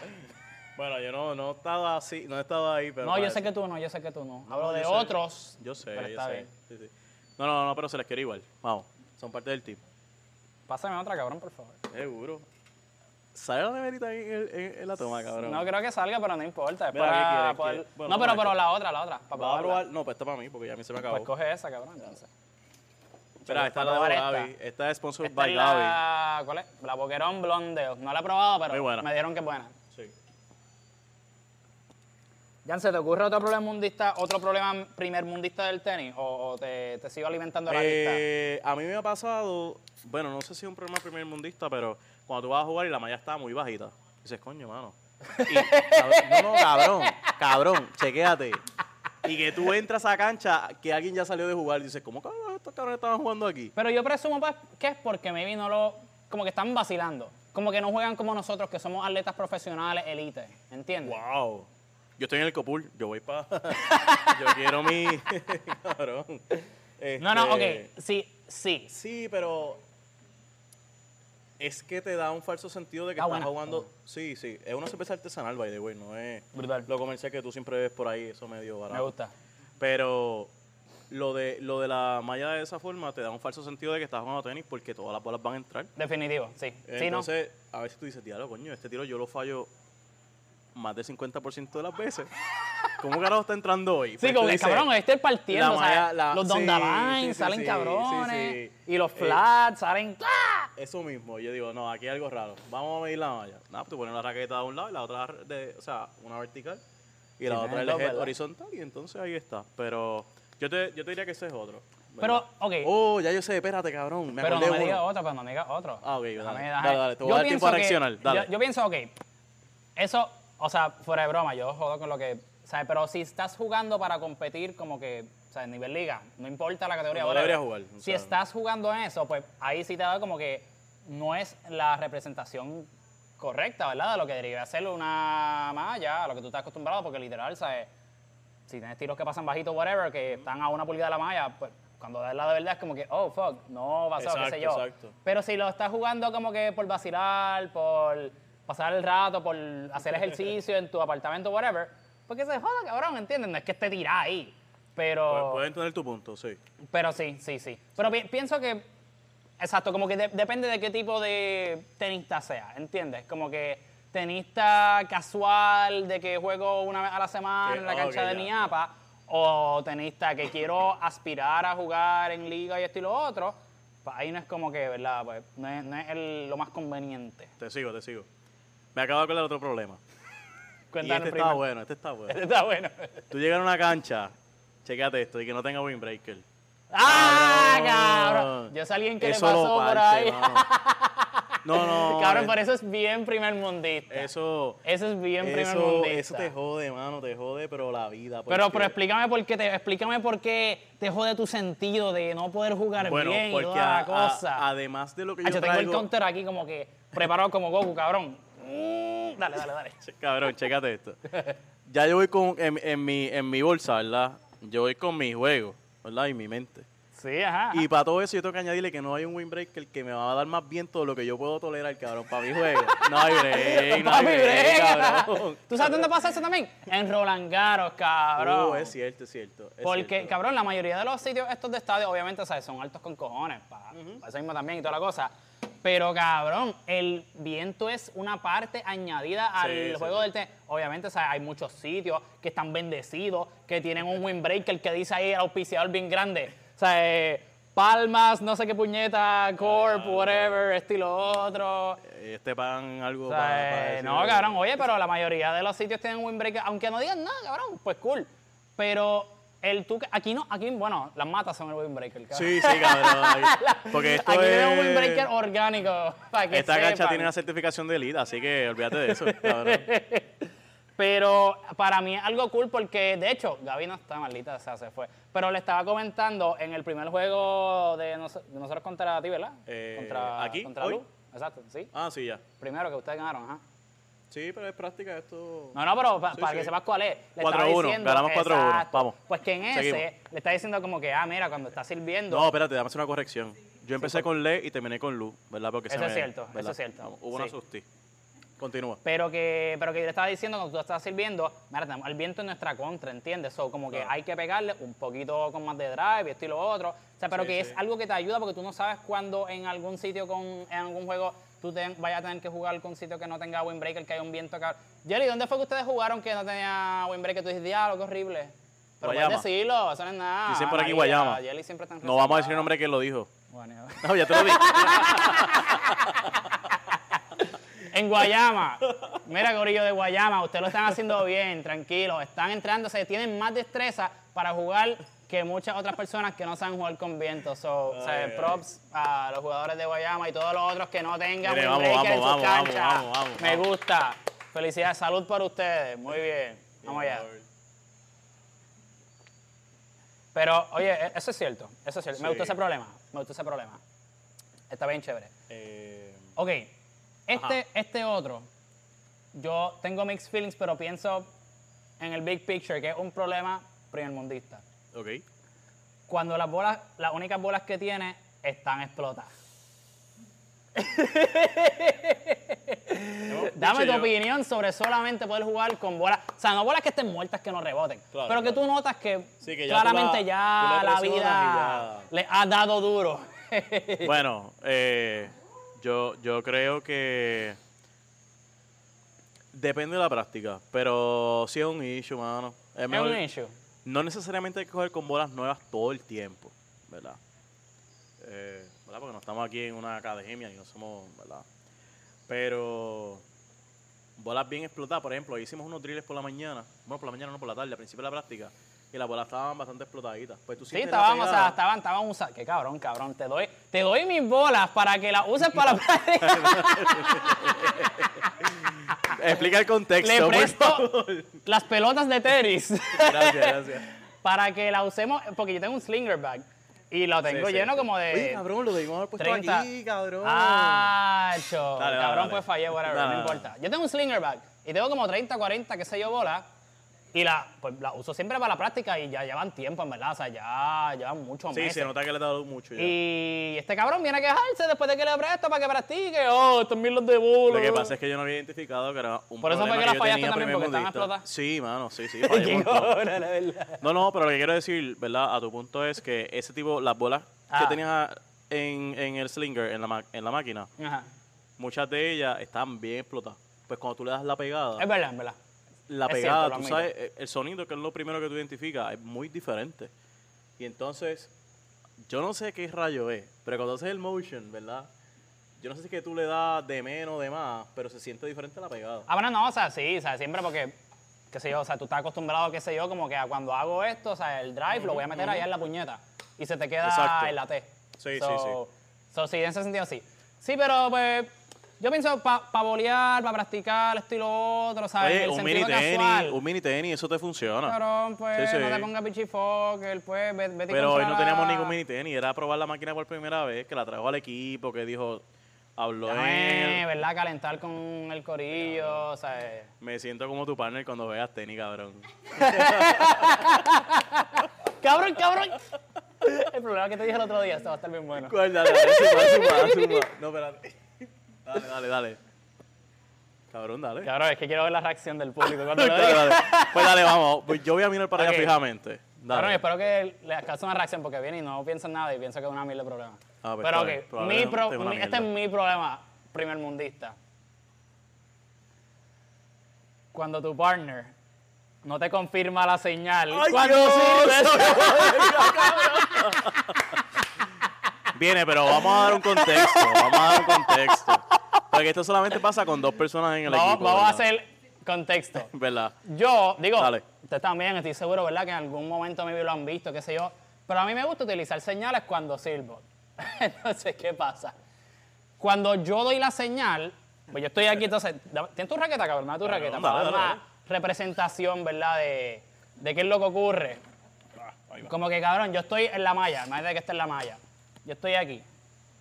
S2: Bueno, yo no, no estaba así, no estaba ahí, pero...
S1: No, yo
S2: parece-
S1: sé que tú no, yo sé que tú no. Hablo
S2: No,
S1: de
S2: yo sé.
S1: otros.
S2: Yo sé,
S1: pero
S2: yo
S1: está
S2: sé.
S1: bien.
S2: Sí, sí. No, no, no, pero se les quiere igual. Vamos, son parte del team.
S1: Pásame otra, cabrón, por favor.
S2: Seguro. ¿Sabes la neverita ahí en, el- en- en la toma, cabrón?
S1: No creo que salga, pero no importa. Es
S2: Mira,
S1: para
S2: ¿qué quieres?
S1: poder-
S2: ¿Quieres? Bueno,
S1: no, pero,
S2: vamos a
S1: pero
S2: ver.
S1: la otra, la otra. Para
S2: ¿Va a
S1: probarla.
S2: probar? No, pues esta para mí, porque ya a mí se me acabó.
S1: Pues coge esa, cabrón. Entonces.
S2: Espera, esta es la
S1: probar
S2: de
S1: esta.
S2: Gaby. Esta es sponsored
S1: Esta
S2: by
S1: es
S2: Gaby.
S1: la, ¿Cuál es? La Boquerón Blondeo. No la he probado,
S2: Muy
S1: pero
S2: buena.
S1: me dieron que es buena.
S2: Sí.
S1: Jan, ¿se te ocurre otro problema mundista, otro problema primer mundista del tenis? ¿O, o te, te sigo alimentando la lista?
S2: Eh, a mí me ha pasado, bueno, no sé si es un problema primer mundista, pero cuando tú vas a jugar y la malla está muy bajita, dices, coño, mano. Y, cabrón, no, no, cabrón, cabrón, chequéate. Y que tú entras a cancha, que alguien ya salió de jugar y dices, ¿cómo cabrón estos cabrones estaban jugando aquí?
S1: Pero yo presumo pues, que es porque maybe no lo. Como que están vacilando. Como que no juegan como nosotros, que somos atletas profesionales, élite. ¿Entiendes?
S2: ¡Wow! Yo estoy en el Copul, yo voy para. yo quiero mi. cabrón.
S1: No, no,
S2: Este,
S1: ok. Sí, sí.
S2: Sí, pero es que te da un falso sentido de que
S1: Ah,
S2: estás
S1: buena.
S2: jugando. Sí, sí. Es una cerveza artesanal, by the way, no es
S1: Brutal.
S2: Ah. lo comercial que tú siempre ves por ahí, eso medio barato.
S1: Me gusta.
S2: Pero lo de, lo de la malla de esa forma te da un falso sentido de que estás jugando tenis porque todas las bolas van a entrar.
S1: Definitivo, sí. Sí, no.
S2: Entonces, a veces tú dices, diablo, coño, este tiro yo lo fallo más del 50% de las veces. ¿Cómo carajo está entrando hoy?
S1: Sí, como que cabrón, este es partiendo,
S2: pues, la
S1: o sea,
S2: malla- la-
S1: los
S2: sí,
S1: dondalines
S2: sí, sí,
S1: salen
S2: sí,
S1: cabrones
S2: sí, sí.
S1: y los
S2: Eh,
S1: flats salen ¡ah!
S2: Eso mismo, yo digo, no, aquí hay algo raro. Vamos a medir la malla. Nada, tú pones la raqueta a un lado y la otra, de, o sea, una vertical y la
S1: Sí,
S2: otra el
S1: dos,
S2: eje
S1: ¿verdad?
S2: horizontal y entonces ahí está. Pero yo te, yo te diría que ese es otro.
S1: Pero,
S2: ¿verdad?
S1: ok.
S2: Oh, ya yo sé, espérate, cabrón. Me
S1: pero
S2: acordé
S1: no me
S2: uno.
S1: digas otro, pero no me digas otro.
S2: Ah, ok, dale.
S1: Déjame-
S2: Dale,
S1: déjame-
S2: dale, te voy a
S1: Yo
S2: dar tiempo
S1: pienso
S2: a
S1: que-
S2: reaccionar, dale.
S1: Yo, yo pienso, ok, eso, o sea, fuera de broma, yo jodo con lo que, ¿sabes? Pero si estás jugando para competir como que, o sea, en nivel liga, no importa la categoría.
S2: No
S1: whatever.
S2: deberías jugar, o
S1: Si
S2: sea.
S1: estás jugando en eso, pues ahí sí te da como que no es la representación correcta, ¿verdad? De lo que debería ser una malla, a lo que tú estás acostumbrado, porque literal, ¿sabes? si tienes tiros que pasan bajito, whatever, que están a una pulgada de la malla, pues cuando das la de verdad es como que, oh, fuck, no pasó, qué sé yo.
S2: Exacto, exacto.
S1: Pero si lo estás jugando como que por vacilar, por pasar el rato, por hacer ejercicio en tu apartamento, whatever, porque se joda, cabrón, ¿entiendes? No es que esté tirada ahí, pero...
S2: Puedes, puedes entender tu punto, sí.
S1: Pero sí, sí, sí. Pero pi- pienso que, exacto, como que de- depende de qué tipo de tenista sea, ¿entiendes? Como que tenista casual, de que juego una vez a la semana
S2: Que-
S1: en la
S2: ah,
S1: cancha
S2: ok,
S1: de
S2: ya,
S1: mi APA, o tenista que quiero aspirar a jugar en liga y esto y lo otro, pues ahí no es como que, ¿verdad? Pues no es, no es el- lo más conveniente.
S2: Te sigo, te sigo. Me acabo de acordar de otro problema. Y
S1: Cuéntanos
S2: este está
S1: primero.
S2: bueno, este está bueno.
S1: Este está bueno.
S2: Tú llegas a una cancha, chequeate esto, y que no tenga windbreaker.
S1: ¡Ah,
S2: Cabrón.
S1: cabrón! Yo salí en que
S2: Eso
S1: le
S2: lo
S1: pasó por
S2: parte,
S1: ahí.
S2: mano. No, no.
S1: cabrón,
S2: es-
S1: por eso es bien primer mundista.
S2: Eso,
S1: Eso es bien primer
S2: eso,
S1: mundista.
S2: eso te jode, mano, te jode, pero la vida.
S1: pero, pero
S2: porque-
S1: explícame por qué te, explícame por qué te jode tu sentido de no poder jugar
S2: bueno,
S1: bien y
S2: porque
S1: toda la
S2: a- a-
S1: cosa.
S2: además de lo que
S1: Ah,
S2: yo,
S1: yo tengo el
S2: traigo,
S1: counter aquí como que preparado como Goku, cabrón. Mm, dale, dale, dale.
S2: Che, Cabrón, chécate esto. Ya yo voy con, en, en mi, en mi bolsa, ¿verdad? Yo voy con mi juego, ¿verdad? Y mi mente.
S1: Sí, ajá.
S2: Y para todo eso yo tengo que añadirle que no hay un windbreaker que me va a dar más viento de lo que yo puedo tolerar, cabrón, para mi juego. No hay break, no hay
S1: Papi,
S2: break,
S1: brega.
S2: cabrón.
S1: ¿Tú sabes dónde pasa eso también? En Roland Garros, cabrón.
S2: Oh, es cierto, es cierto. es
S1: Porque,
S2: cierto.
S1: cabrón, la mayoría de los sitios estos de estadio, obviamente, ¿sabes? son altos con cojones, para eso mismo también y toda la cosa. Pero, cabrón, el viento es una parte añadida al
S2: Sí, sí,
S1: juego
S2: sí.
S1: del tenis. Obviamente, ¿sabes? hay muchos sitios que están bendecidos, que tienen un windbreaker que dice ahí el auspiciador bien grande. O sea, eh, palmas, no sé qué puñeta,
S2: Ah,
S1: corp, whatever, estilo otro.
S2: Este pan algo
S1: O sea,
S2: para,
S1: eh, no, cabrón, oye, pero la mayoría de los sitios tienen windbreaker, aunque no digan nada, cabrón, pues cool. Pero el tú, aquí no, aquí, bueno, las matas son el windbreaker, cabrón.
S2: Sí, sí, cabrón. ahí. Porque esto
S1: aquí
S2: es...
S1: tenemos un windbreaker orgánico, para que
S2: Esta cancha
S1: sepan.
S2: tiene la certificación de elite, así que olvídate de eso, cabrón.
S1: Pero para mí es algo cool porque, de hecho, Gaby no está maldita, o sea, se fue. Pero le estaba comentando en el primer juego de, nos- de nosotros contra ti, ¿verdad?
S2: Eh,
S1: contra,
S2: ¿aquí?
S1: Contra
S2: ¿Hoy?
S1: Lu. Exacto, sí.
S2: Ah, sí, ya.
S1: Primero que ustedes ganaron, ajá.
S2: Sí, pero es práctica esto.
S1: No, no, pero pa-
S2: Sí,
S1: para
S2: sí.
S1: que sepas cuál es. Le
S2: 4-1,
S1: estaba diciendo,
S2: ganamos 4-1,
S1: exacto,
S2: vamos.
S1: Pues que en ese
S2: Seguimos.
S1: le está diciendo como que, ah, mira, cuando está sirviendo.
S2: No, espérate, dame hacer una corrección. Yo empecé con Le y terminé con Lu, ¿verdad? Porque se
S1: Eso es
S2: me-
S1: cierto, eso
S2: ¿verdad?
S1: es cierto,
S2: Vamos, hubo una
S1: sí.
S2: susti. Continúa.
S1: Pero que, pero que yo le estaba diciendo cuando tú estás sirviendo, mira, tenemos el viento en nuestra contra, ¿entiendes? So, como que
S2: Claro.
S1: hay que pegarle un poquito con más de drive, esto y lo otro. O sea, pero
S2: Sí,
S1: que
S2: sí.
S1: es algo que te ayuda porque tú no sabes cuando en algún sitio, con, en algún juego, tú te- vayas a tener que jugar con un sitio que no tenga windbreaker, que haya un viento. Cabrón. Jerry, ¿dónde fue que ustedes jugaron que no tenía windbreaker? Tú dices, diablo, qué horrible. Pero puedes
S2: Guayama.
S1: decirlo, eso no es nada.
S2: Dicen por aquí
S1: María,
S2: Guayama.
S1: Jerry siempre está en
S2: No vamos a decir
S1: reservado.
S2: el nombre que lo dijo.
S1: Bueno,
S2: No, ya te lo dije.
S1: En Guayama. Mira, gorillo de Guayama, ustedes lo están haciendo bien, tranquilo. Están entrándose, tienen más destreza para jugar que muchas otras personas que no saben jugar con viento. So, o sea,
S2: Ay, ay.
S1: props a los jugadores de Guayama y todos los otros que no tengan
S2: Mire,
S1: un
S2: vamos,
S1: breaker en sus
S2: vamos, vamos,
S1: canchas.
S2: vamos, vamos,
S1: Me
S2: vamos.
S1: gusta. Felicidades, salud para ustedes. Muy bien. Vamos allá. Pero, oye, e- eso es cierto. Eso es cierto. Me
S2: Sí.
S1: gustó ese problema. Me gustó ese problema. Está bien chévere.
S2: Eh,
S1: Ok, este, este otro, yo tengo mixed feelings, pero pienso en el big picture, que es un problema primermundista.
S2: ok.
S1: Cuando las bolas, las únicas bolas que tiene están explotadas. Dame tu
S2: Yo-
S1: opinión sobre solamente poder jugar con bolas. O sea, no bolas que estén muertas, que no reboten.
S2: Claro,
S1: pero que
S2: claro.
S1: tú notas que,
S2: Sí, que ya tú
S1: claramente
S2: la-
S1: ya
S2: tú la
S1: la
S2: presionas
S1: vida
S2: y
S1: le ha dado duro.
S2: Bueno, eh, yo, yo creo que depende de la práctica, pero sí es un issue, mano. Es
S1: es
S2: mejor-
S1: un issue.
S2: No necesariamente hay que coger con bolas nuevas todo el tiempo, ¿verdad? Eh, ¿Verdad? Porque no estamos aquí en una academia y no somos, ¿verdad? Pero bolas bien explotadas, por ejemplo, hicimos unos drills por la mañana, bueno, por la mañana no por la tarde, al principio de la práctica, y las bolas estaban bastante explotaditas. Pues tú
S1: Sí,
S2: sientes la
S1: estaban, o sea,
S2: pegada.
S1: estaban, estaban usando. Qué cabrón, cabrón. Te doy, te doy mis bolas para que las uses para la práctica.
S2: Explica el contexto.
S1: Le
S2: por
S1: presto
S2: favor.
S1: las pelotas de tenis.
S2: Gracias, gracias.
S1: para que la usemos, porque yo tengo un slinger bag y lo tengo
S2: Sí, sí,
S1: lleno
S2: sí.
S1: como de
S2: Oye, cabrón, lo debimos haber puesto
S1: 30.
S2: aquí, cabrón.
S1: Ah, cho.
S2: Dale, dale,
S1: cabrón,
S2: dale.
S1: pues fallé, whatever,
S2: Dale,
S1: no
S2: dale.
S1: importa. Yo tengo un slinger bag y tengo como 30, 40, qué sé yo, bolas. Y la, pues, la uso siempre para la práctica y ya llevan tiempo, en verdad. O sea, ya llevan muchos
S2: sí,
S1: meses.
S2: se nota que le he dado mucho ya.
S1: Y este cabrón viene a quejarse después de que le presto para que practique. Oh, estos milos de bola.
S2: Lo que pasa es que yo no había identificado que era un
S1: Por eso fue
S2: problema
S1: que la
S2: yo
S1: fallaste
S2: tenía
S1: también, porque
S2: primer
S1: estaban
S2: mundista.
S1: explotadas.
S2: Sí, mano, sí, sí. fallé un montón. No, no, pero lo que quiero decir, ¿verdad? A tu punto es que ese tipo, las bolas
S1: Ah.
S2: que tenías a- en, en el slinger, en la, ma- en la máquina,
S1: Ajá.
S2: muchas de ellas están bien explotadas. Pues cuando tú le das la pegada,
S1: Es verdad, es verdad.
S2: la
S1: es
S2: pegada,
S1: cierto, lo
S2: tú
S1: admito.
S2: sabes, eh, el sonido que es lo primero que tú identificas, es muy diferente. Y entonces, yo no sé qué rayo es, pero cuando haces el motion, ¿verdad? Yo no sé si es que tú le das de menos, de más, pero se siente diferente la pegada.
S1: Ah, bueno, no, o sea, sí, o sea, siempre porque, qué sé yo, o sea, tú estás acostumbrado, qué sé yo, como que a cuando hago esto, o sea, el drive lo voy a meter allá en la puñeta y se te queda
S2: Exacto.
S1: en la T.
S2: Sí,
S1: So,
S2: sí, sí.
S1: so, sí, en ese sentido sí. Sí, pero pues yo pienso para pa bolear, para practicar, esto y lo otro, ¿sabes? En
S2: Oye,
S1: Ah, el
S2: un mini
S1: sentido
S2: tenis,
S1: casual.
S2: un mini tenis, eso te funciona.
S1: Cabrón, pues,
S2: Sí, sí.
S1: no te pongas pichifoque, pues, ve- vete y
S2: Pero hoy
S1: compra
S2: no teníamos
S1: la-
S2: ningún mini tenis, era probar la máquina por primera vez, que la trajo al equipo, que dijo, habló
S1: Déjame,
S2: él.
S1: ¿verdad? Calentar con el corillo, o sea... eh.
S2: Me siento como tu partner cuando veas tenis, cabrón.
S1: ¡Cabrón, cabrón! El problema que te dije el otro día, esto va a estar bien bueno.
S2: Dale, dale, suma, suma, suma. No, espérate. Dale, dale, dale. Cabrón, dale.
S1: Cabrón, es que quiero ver la reacción del público cuando lo
S2: Dale,
S1: diga.
S2: dale. Pues dale, vamos. Pues yo voy a mirar para
S1: Ok.
S2: allá fijamente.
S1: Cabrón,
S2: Dale.
S1: espero que le cause una reacción porque viene y no piensa en nada y piensa que es una mil de problemas.
S2: Ah, pues
S1: Pero
S2: está
S1: ok,
S2: bien.
S1: mi
S2: Probablemente
S1: pro-
S2: es una
S1: mi- este es
S2: mierda.
S1: mi problema, primer mundista. Cuando tu partner no te confirma la señal.
S2: ¡Ay,
S1: cuando
S2: Dios!
S1: sirves-
S2: Viene, pero vamos a dar un contexto. Vamos a dar un contexto. Porque esto solamente pasa con dos personas en el
S1: Vamos,
S2: equipo.
S1: vamos a
S2: ¿verdad?
S1: hacer contexto.
S2: ¿Verdad?
S1: Yo, digo,
S2: Dale.
S1: ustedes también, estoy seguro, ¿verdad? Que en algún momento maybe lo han visto, qué sé yo. Pero a mí me gusta utilizar señales cuando sirvo. entonces, ¿qué pasa? Cuando yo doy la señal, pues yo estoy aquí, entonces, dame- tienes tu raqueta, cabrón, dame tu
S2: Dale,
S1: raqueta,
S2: dale,
S1: para dar
S2: dale,
S1: una
S2: dale.
S1: representación, ¿verdad? De, de qué es lo que ocurre.
S2: Ah,
S1: Como que, cabrón, yo estoy en la malla, imagínate que esté en la malla. Yo estoy aquí.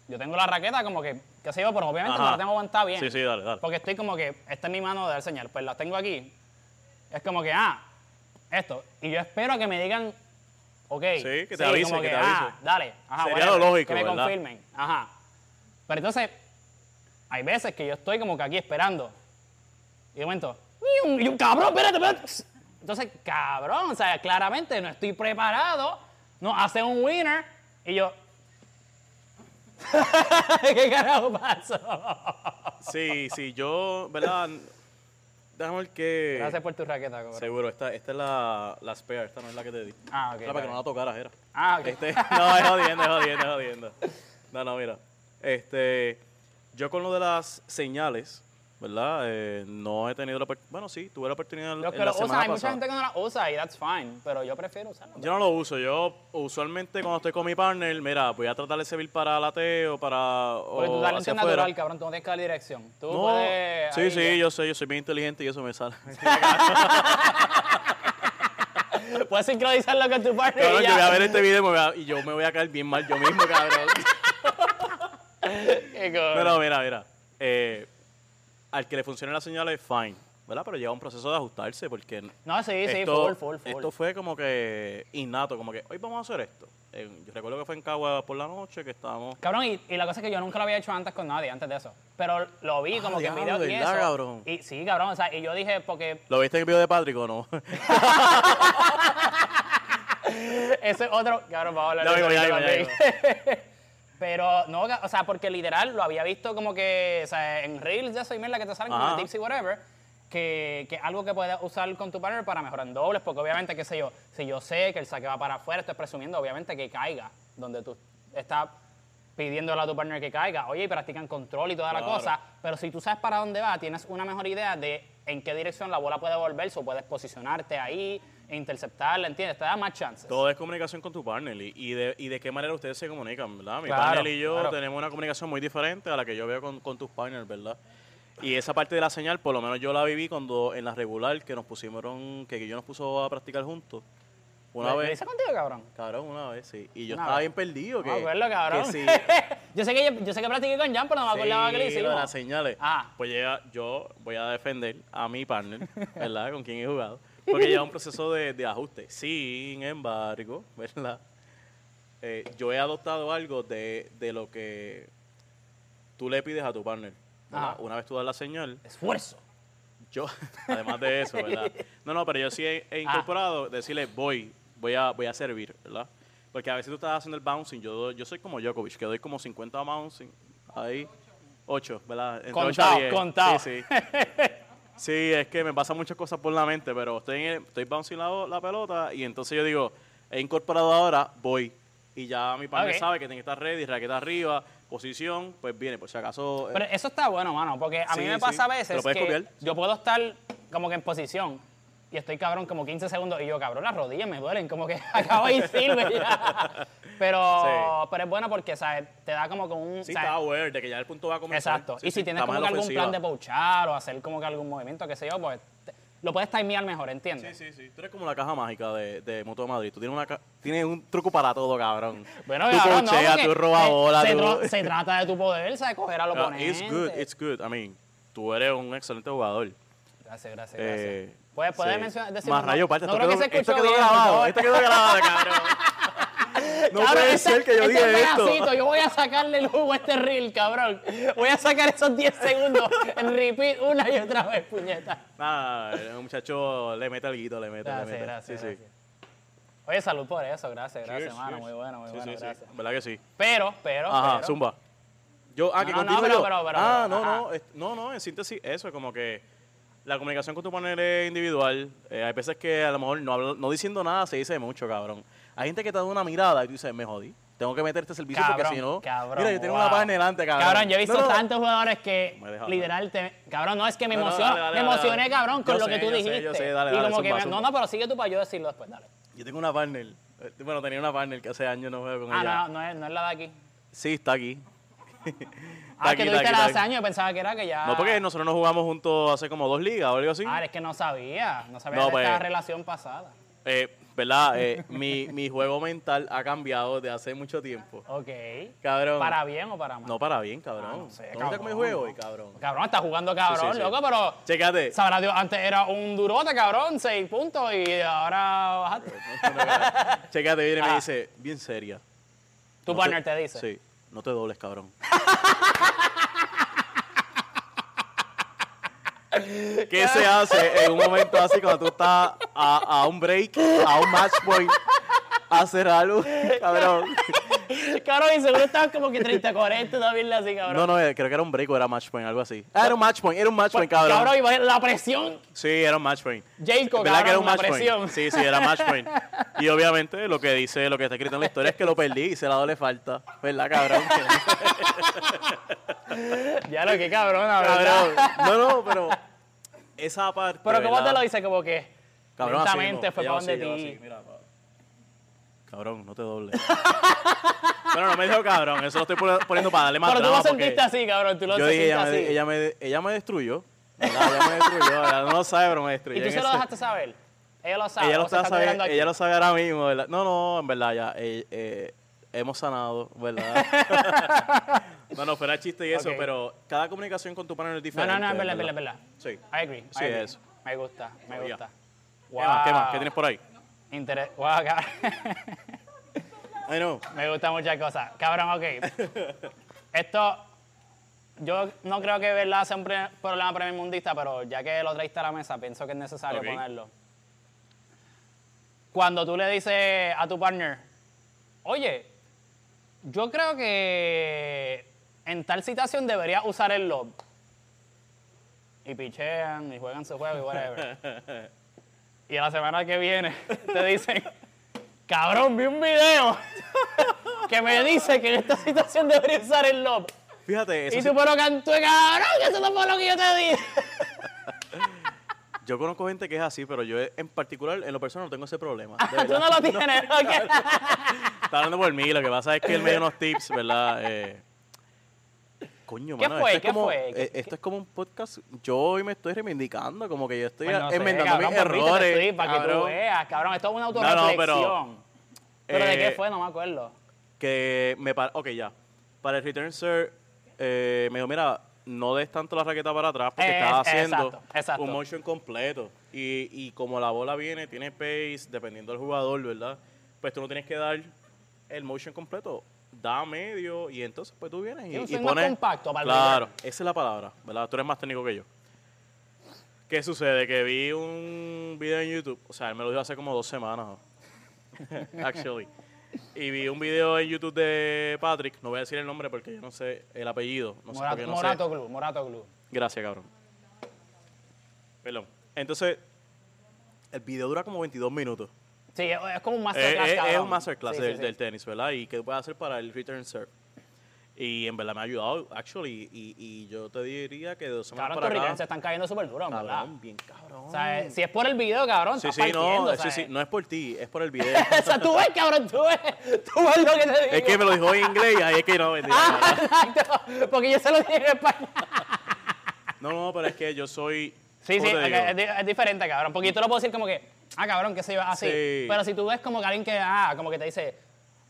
S1: Yo tengo la raqueta como que, qué sé yo, pero obviamente
S2: Ajá.
S1: no la tengo aguantada bien.
S2: Sí, sí, dale, dale.
S1: Porque estoy como que, esta es mi mano de dar señal, pues la tengo aquí. Es como que, ah, esto. Y yo espero a que me digan, ok.
S2: Sí, que te avisen,
S1: como
S2: que te
S1: ah,
S2: avisen.
S1: dale. Ajá,
S2: Sería
S1: whatever,
S2: lo lógico,
S1: Que me
S2: ¿verdad?
S1: confirmen. Ajá. Pero entonces, hay veces que yo estoy como que aquí esperando. Y de momento, y un, y un cabrón, espérate, espérate. Entonces, cabrón, o sea, claramente no estoy preparado. No, hace un winner. Y yo, ¿qué carajo pasó?
S2: Sí, sí, yo, ¿verdad? Déjame ver que.
S1: Gracias por tu raqueta, cabrón.
S2: Seguro, esta, esta es la, la spare, esta no es la que te di.
S1: Ah, ok,
S2: Era
S1: está
S2: para que
S1: bien.
S2: no la tocaras, era.
S1: Ah, ok.
S2: Este, no, es jodiendo, es jodiendo, es jodiendo. No, no, mira. Este, yo con lo de las señales, ¿verdad? Eh, no he tenido la oportunidad. Bueno, sí, tuve la oportunidad en
S1: Los que
S2: la
S1: lo
S2: semana
S1: usan, hay mucha
S2: pasada.
S1: gente que no la usa y that's fine, pero yo prefiero usarla.
S2: Yo no lo uso. Yo usualmente cuando estoy con mi partner, mira, voy a tratar de servir para lateo, para.
S1: Porque
S2: o
S1: tu talento
S2: hacia
S1: es
S2: afuera.
S1: natural, cabrón, tú no tienes que dar dirección. Tú
S2: No,
S1: puedes...
S2: sí,
S1: ahí
S2: sí,
S1: ya.
S2: yo sé, yo soy bien inteligente y eso me sale.
S1: Puedes sincronizarlo con tu partner
S2: Cabrón,
S1: y
S2: yo voy a
S1: ya.
S2: ver este video y, me voy a- y yo me voy a caer bien mal yo mismo, cabrón.
S1: Y con-
S2: Pero mira, mira. eh, al que le funcionen las señales, fine. ¿Verdad? Pero lleva un proceso de ajustarse porque
S1: No, sí, sí,
S2: esto,
S1: full, full, full.
S2: esto fue como que innato, como que hoy vamos a hacer esto. en- yo recuerdo que fue en Cagua por la noche que estábamos.
S1: Cabrón, y, y la cosa es que yo nunca lo había hecho antes con nadie, antes de eso. Pero lo vi
S2: Ah,
S1: como que en
S2: diablo,
S1: video y
S2: ¿verdad,
S1: eso.
S2: cabrón?
S1: Y sí, cabrón, o sea, y yo dije, porque
S2: ¿Lo viste en el video de Patrick o no?
S1: ese es otro. Cabrón, vamos a hablar
S2: Ya
S1: de
S2: vengo,
S1: eso
S2: ya vengo, ya
S1: también. Pero no, o sea, porque literal lo había visto como que, o sea, en Reels de eso y mierda que te salen como
S2: Ajá.
S1: de tips y whatever, que, que algo que puedes usar con tu partner para mejorar en dobles, porque obviamente, qué sé yo, si yo sé que el saque va para afuera, estoy presumiendo obviamente que caiga, donde tú estás pidiéndole a tu partner que caiga, oye, y practican control y toda la
S2: Claro.
S1: cosa, pero si tú sabes para dónde va, tienes una mejor idea de en qué dirección la bola puede volverse, o puedes posicionarte ahí, e interceptarla, ¿entiendes? Te da más chances.
S2: Todo es comunicación con tu partner y, y de, y de qué manera ustedes se comunican, ¿verdad? Mi
S1: Claro,
S2: partner y yo
S1: claro.
S2: tenemos una comunicación muy diferente a la que yo veo con, con tus partners, ¿verdad? Y esa parte de la señal, por lo menos yo la viví cuando en la regular que nos pusieron, que yo nos puso a practicar juntos. Una
S1: ¿Lo- lo
S2: vez.
S1: hice contigo, cabrón?
S2: Cabrón, una vez, sí. Y yo
S1: Una
S2: estaba
S1: vez.
S2: bien perdido. Que,
S1: No me acuerdo, cabrón.
S2: que sí.
S1: yo, sé que, yo sé que practiqué con Jan, pero no me acordaba que le
S2: Sí, lo de
S1: hicimos.
S2: las señales.
S1: Ah.
S2: Pues llega, yo voy a defender a mi partner, ¿verdad? Con quien he jugado. Porque lleva un proceso de, de ajuste. Sin embargo, ¿verdad? Eh, yo he adoptado algo de, de lo que tú le pides a tu partner. ¿verdad?
S1: Ajá.
S2: Una vez tú das la señal,
S1: Esfuerzo.
S2: yo, además de eso, ¿verdad? No, no, pero yo sí he,
S1: Ah.
S2: he incorporado decirle voy, voy a, voy a servir, ¿verdad? Porque a veces tú estás haciendo el bouncing, yo, doy- yo soy como Djokovic, que doy como 50 bouncing, ahí, 8, ¿verdad? Entre ocho a
S1: Contado,
S2: 10.
S1: contado.
S2: Sí, sí. Sí, es que me pasan muchas cosas por la mente, pero estoy, en el- estoy bouncing la, la pelota y entonces yo digo, he incorporado ahora, voy. Y ya mi padre
S1: Ok.
S2: sabe que tiene que estar ready, raqueta arriba, posición, pues viene, por si acaso... eh,
S1: Pero eso está bueno, mano, porque a mí
S2: Sí,
S1: me
S2: sí.
S1: pasa a
S2: Te
S1: veces
S2: lo puedes
S1: que
S2: copiar.
S1: yo puedo estar como que en posición y estoy cabrón como 15 segundos y yo, cabrón, las rodillas me duelen, como que acabo de ir sirve ya. Pero,
S2: Sí.
S1: pero es bueno porque, ¿sabes? Te da como que un...
S2: Sí,
S1: ¿sabes?
S2: está aware de que ya el punto va a comenzar.
S1: Exacto.
S2: Sí,
S1: y
S2: sí,
S1: si tienes
S2: está
S1: como
S2: más
S1: que
S2: en la
S1: algún plan de
S2: ofensiva.
S1: pochar o hacer como que algún movimiento, qué sé yo, pues te- lo puedes timear mejor, ¿entiendes?
S2: Sí, sí, sí. Tú eres como la caja mágica de, de Moto de Madrid. Tú tienes, una ca- tienes un truco para todo, cabrón.
S1: Bueno,
S2: tú
S1: cabrón, no,
S2: cocheas,
S1: porque
S2: tú robas
S1: se-
S2: bola,
S1: se,
S2: tú...
S1: tra- se trata de tu poder, ¿sabes? Coger al
S2: Uh,
S1: oponente.
S2: it's good, it's good. I mean, tú eres un excelente jugador.
S1: Gracias, gracias, gracias.
S2: Eh,
S1: Puedes, Pues, puedes
S2: sí.
S1: mencionar, decir...
S2: Más
S1: no-
S2: rayo, parte.
S1: No
S2: esto
S1: creo que
S2: quedó-
S1: se escuchó
S2: esto quedó
S1: bien.
S2: grabado,
S1: por
S2: esto
S1: favor.
S2: quedó grabado, cabrón. No
S1: Cabrón,
S2: puede
S1: este-
S2: ser que yo
S1: este
S2: diga esto.
S1: pedacito, Yo voy a sacarle el jugo a este reel, cabrón. Voy a sacar esos 10 segundos en repeat una y otra vez, puñeta.
S2: Nada, el muchacho le mete el guito, le mete, le
S1: Gracias,
S2: mete.
S1: gracias,
S2: este, sí,
S1: gracias. Oye, salud por eso, gracias,
S2: sí.
S1: gracias,
S2: Cheers,
S1: hermano.
S2: cheers.
S1: Muy bueno, muy
S2: Sí,
S1: bueno,
S2: sí, sí.
S1: gracias.
S2: ¿Verdad que sí?
S1: Pero, pero,
S2: Ajá,
S1: pero,
S2: zumba. Yo, ah,
S1: No,
S2: que
S1: no, no,
S2: continúo
S1: pero-
S2: yo.
S1: pero- pero-
S2: ah,
S1: pero,
S2: no, no,
S1: ajá.
S2: es- no, no, en síntesis eso, es como que la comunicación con tu partner es individual. Eh, hay veces que a lo mejor no, habla- no diciendo nada se dice mucho, cabrón. Hay gente que te da una mirada y tú dices, me jodí. Tengo que meter este servicio porque si no...
S1: cabrón,
S2: mira, yo tengo
S1: wow.
S2: una partner delante, cabrón.
S1: Cabrón, yo he visto
S2: No, no, no.
S1: tantos jugadores que
S2: Me deja hablar.
S1: literal te. Cabrón, no, es que me
S2: No, no,
S1: emociono.
S2: dale, dale,
S1: me
S2: dale,
S1: emocioné,
S2: dale.
S1: cabrón, con
S2: Yo
S1: lo
S2: sé,
S1: que tú
S2: yo sé, yo
S1: dijiste.
S2: sé, dale,
S1: y
S2: dale,
S1: como que
S2: zumba,
S1: me-
S2: zumba.
S1: No, no, pero sigue tú para yo decirlo después, dale.
S2: Yo tengo una partner. eh, Bueno, tenía una partner que hace años no juego con
S1: Ah, no,
S2: ella.
S1: no, es, no es la de aquí.
S2: Sí, está aquí.
S1: Ah,
S2: Está
S1: que
S2: aquí,
S1: tuviste
S2: está
S1: la
S2: aquí,
S1: de hace
S2: está aquí.
S1: años, yo pensaba que era que ya.
S2: No, porque nosotros nos jugamos juntos hace como dos ligas o algo así.
S1: Ah, es que no sabía. No sabía
S2: No,
S1: de esta
S2: pues.
S1: relación pasada.
S2: Eh, ¿Verdad? Eh, mi, mi juego mental ha cambiado de hace mucho tiempo.
S1: Ok.
S2: Cabrón.
S1: ¿Para bien o para mal?
S2: No para bien, cabrón.
S1: Ah, no sé,
S2: ¿Dónde está
S1: cabrón.
S2: con mi juego hoy, cabrón?
S1: Cabrón, está jugando cabrón,
S2: Sí, sí, sí.
S1: loco, pero.
S2: Chécate.
S1: Sabrá Dios, antes era un durote, cabrón, seis puntos y ahora bajaste.
S2: Chécate, viene y me
S1: Ah.
S2: dice, bien seria.
S1: Tu
S2: No
S1: partner te dice.
S2: Sí, no te dobles, cabrón. ¿Qué se hace en un momento así cuando tú estás a, a un break, a un match point, a hacer algo, cabrón?
S1: Cabrón, y seguro estabas como que 30, 40, una mierda así, cabrón.
S2: No, no, eh, creo que era un break o era match point, algo así. Ah, era un match point, era un match point, cabrón.
S1: Cabrón, iba a ir la presión.
S2: Sí, era un match point.
S1: Jacob,
S2: ¿Verdad que
S1: cabrón,
S2: era un
S1: la
S2: match
S1: presión.
S2: point? Sí, sí, era match point. Y obviamente lo que dice, lo que está escrito en la historia es que lo perdí y se la doble falta. ¿Verdad, cabrón?
S1: Ya lo que cabrón, la
S2: cabrón.
S1: Ah, verdad.
S2: No, no, pero esa parte.
S1: Pero ¿cómo te
S2: ¿verdad?
S1: lo dice? Como que
S2: Cabrón, así
S1: lentamente
S2: mismo.
S1: fue
S2: Ella
S1: para
S2: va
S1: donde
S2: así, ella va
S1: ti.
S2: así, mira, pa. Cabrón, no te doble. Pero no me dijo cabrón, eso lo estoy poni- poniendo para darle más
S1: Pero tú
S2: drama
S1: lo
S2: porque-
S1: sentiste así, cabrón. Tú lo
S2: Yo dije,
S1: sentiste
S2: ella
S1: así.
S2: me, ella, me, ella me destruyó. ¿verdad? Ella me destruyó, ¿verdad? no lo sabe, pero me destruyó.
S1: y tú
S2: en
S1: se lo
S2: ese-
S1: dejaste saber. Ella lo sabe.
S2: ella lo,
S1: o se
S2: está sabe,
S1: mirando aquí.
S2: ella lo sabe ahora mismo, ¿verdad? No, no, en verdad, ya eh, eh, hemos sanado, ¿verdad? no, no, fuera chiste y eso,
S1: Ok.
S2: pero cada comunicación con tu partner es
S1: No,
S2: diferente.
S1: no, no, es verdad, es verdad, es verdad.
S2: Sí.
S1: I agree. I
S2: Sí,
S1: agree.
S2: eso.
S1: Me gusta, me
S2: Oye.
S1: gusta.
S2: ¿Qué más? ¿Qué más? ¿Qué tienes por ahí?
S1: Interes- Wow, cabrón.
S2: I know.
S1: Me gustan muchas cosas. Cabrón, ok. Esto, yo no creo que verdad sea un pre- problema premiermundista, pero ya que lo traíste a la mesa, pienso que es necesario
S2: Ok.
S1: ponerlo. Cuando tú le dices a tu partner, oye, yo creo que en tal situación deberías usar el lob. Y pichean, y juegan su juego, y whatever. y a la semana que viene te dicen, cabrón, vi un video que me dice que en esta situación debería usar el lob.
S2: Fíjate, eso
S1: Y
S2: sí-
S1: tú, pero cantó, cabrón, que eso no fue lo que yo te dije.
S2: yo conozco gente que es así, pero yo eh, en particular, en lo personal, no tengo ese problema. de
S1: Tú
S2: verdad.
S1: no lo tienes, ok.
S2: Está hablando por mí, lo que pasa es que él me dio unos tips, ¿verdad? Eh, coño,
S1: ¿Qué
S2: mano,
S1: fue?
S2: Esto,
S1: ¿Qué
S2: es como,
S1: fue?
S2: eh,
S1: ¿Qué-
S2: esto es como un podcast. Yo hoy me estoy reivindicando, como que yo estoy
S1: Pues no sé,
S2: enmendando
S1: cabrón,
S2: mis
S1: pues viste, te
S2: errores.
S1: estoy, para que tú
S2: cabrón.
S1: veas, cabrón, esto es una
S2: no,
S1: autorreflexión.
S2: pero,
S1: pero ¿de qué
S2: eh,
S1: fue? No me acuerdo.
S2: que me para, ok ya para el return sir eh, me dijo mira no des tanto la raqueta para atrás porque
S1: Eh,
S2: estás
S1: eh,
S2: haciendo
S1: exacto, exacto.
S2: un motion completo y, y como la bola viene tiene pace dependiendo del jugador verdad pues tú no tienes que dar el motion completo da medio y entonces pues tú vienes
S1: Sí, un
S2: y, y
S1: swing más
S2: pones
S1: compacto para el
S2: claro esa es la palabra verdad tú eres más técnico que yo ¿Qué sucede? Que vi un video en YouTube, o sea, él me lo dio hace como dos semanas, ¿no? actually. Y vi un video en YouTube de Patrick, no voy a decir el nombre porque yo no sé el apellido. No sé por
S1: Morato,
S2: qué no sé.
S1: Morato Club, Morato Club.
S2: Gracias, cabrón. Perdón. Entonces, el video dura como 22 minutos.
S1: Sí, es es como un
S2: Eh,
S1: masterclass.
S2: eh, es
S1: cabrón.
S2: un masterclass
S1: Sí, sí,
S2: del,
S1: sí.
S2: del tenis, ¿verdad? Y qué puedes hacer para el return serve. Y en verdad me ha ayudado, actually. Y, y yo te diría que de dos semanas
S1: Cabrón, tus
S2: para acá...
S1: returns se están cayendo súper duros, en ¿verdad?
S2: cabrón, bien cabrón.
S1: O sea, eh, si es por el video, cabrón,
S2: Sí,
S1: estás
S2: sí, no,
S1: partiendo,
S2: sí,
S1: ¿sabes?
S2: sí, no es por ti, es por el video.
S1: o sea, tú ves, cabrón, tú ves, tú ves lo que te digo.
S2: es que me lo dijo en inglés y ahí es que no, mentira.
S1: Exacto, porque yo se lo dije en español.
S2: No, no, pero es que yo soy.
S1: Sí,
S2: ¿cómo
S1: sí,
S2: te
S1: ok,
S2: digo?
S1: es, di- es diferente, cabrón. Porque yo te lo puedo decir como que, ah, cabrón, qué sé yo, así.
S2: Sí.
S1: Pero si tú ves como que alguien que, ah, como que te dice,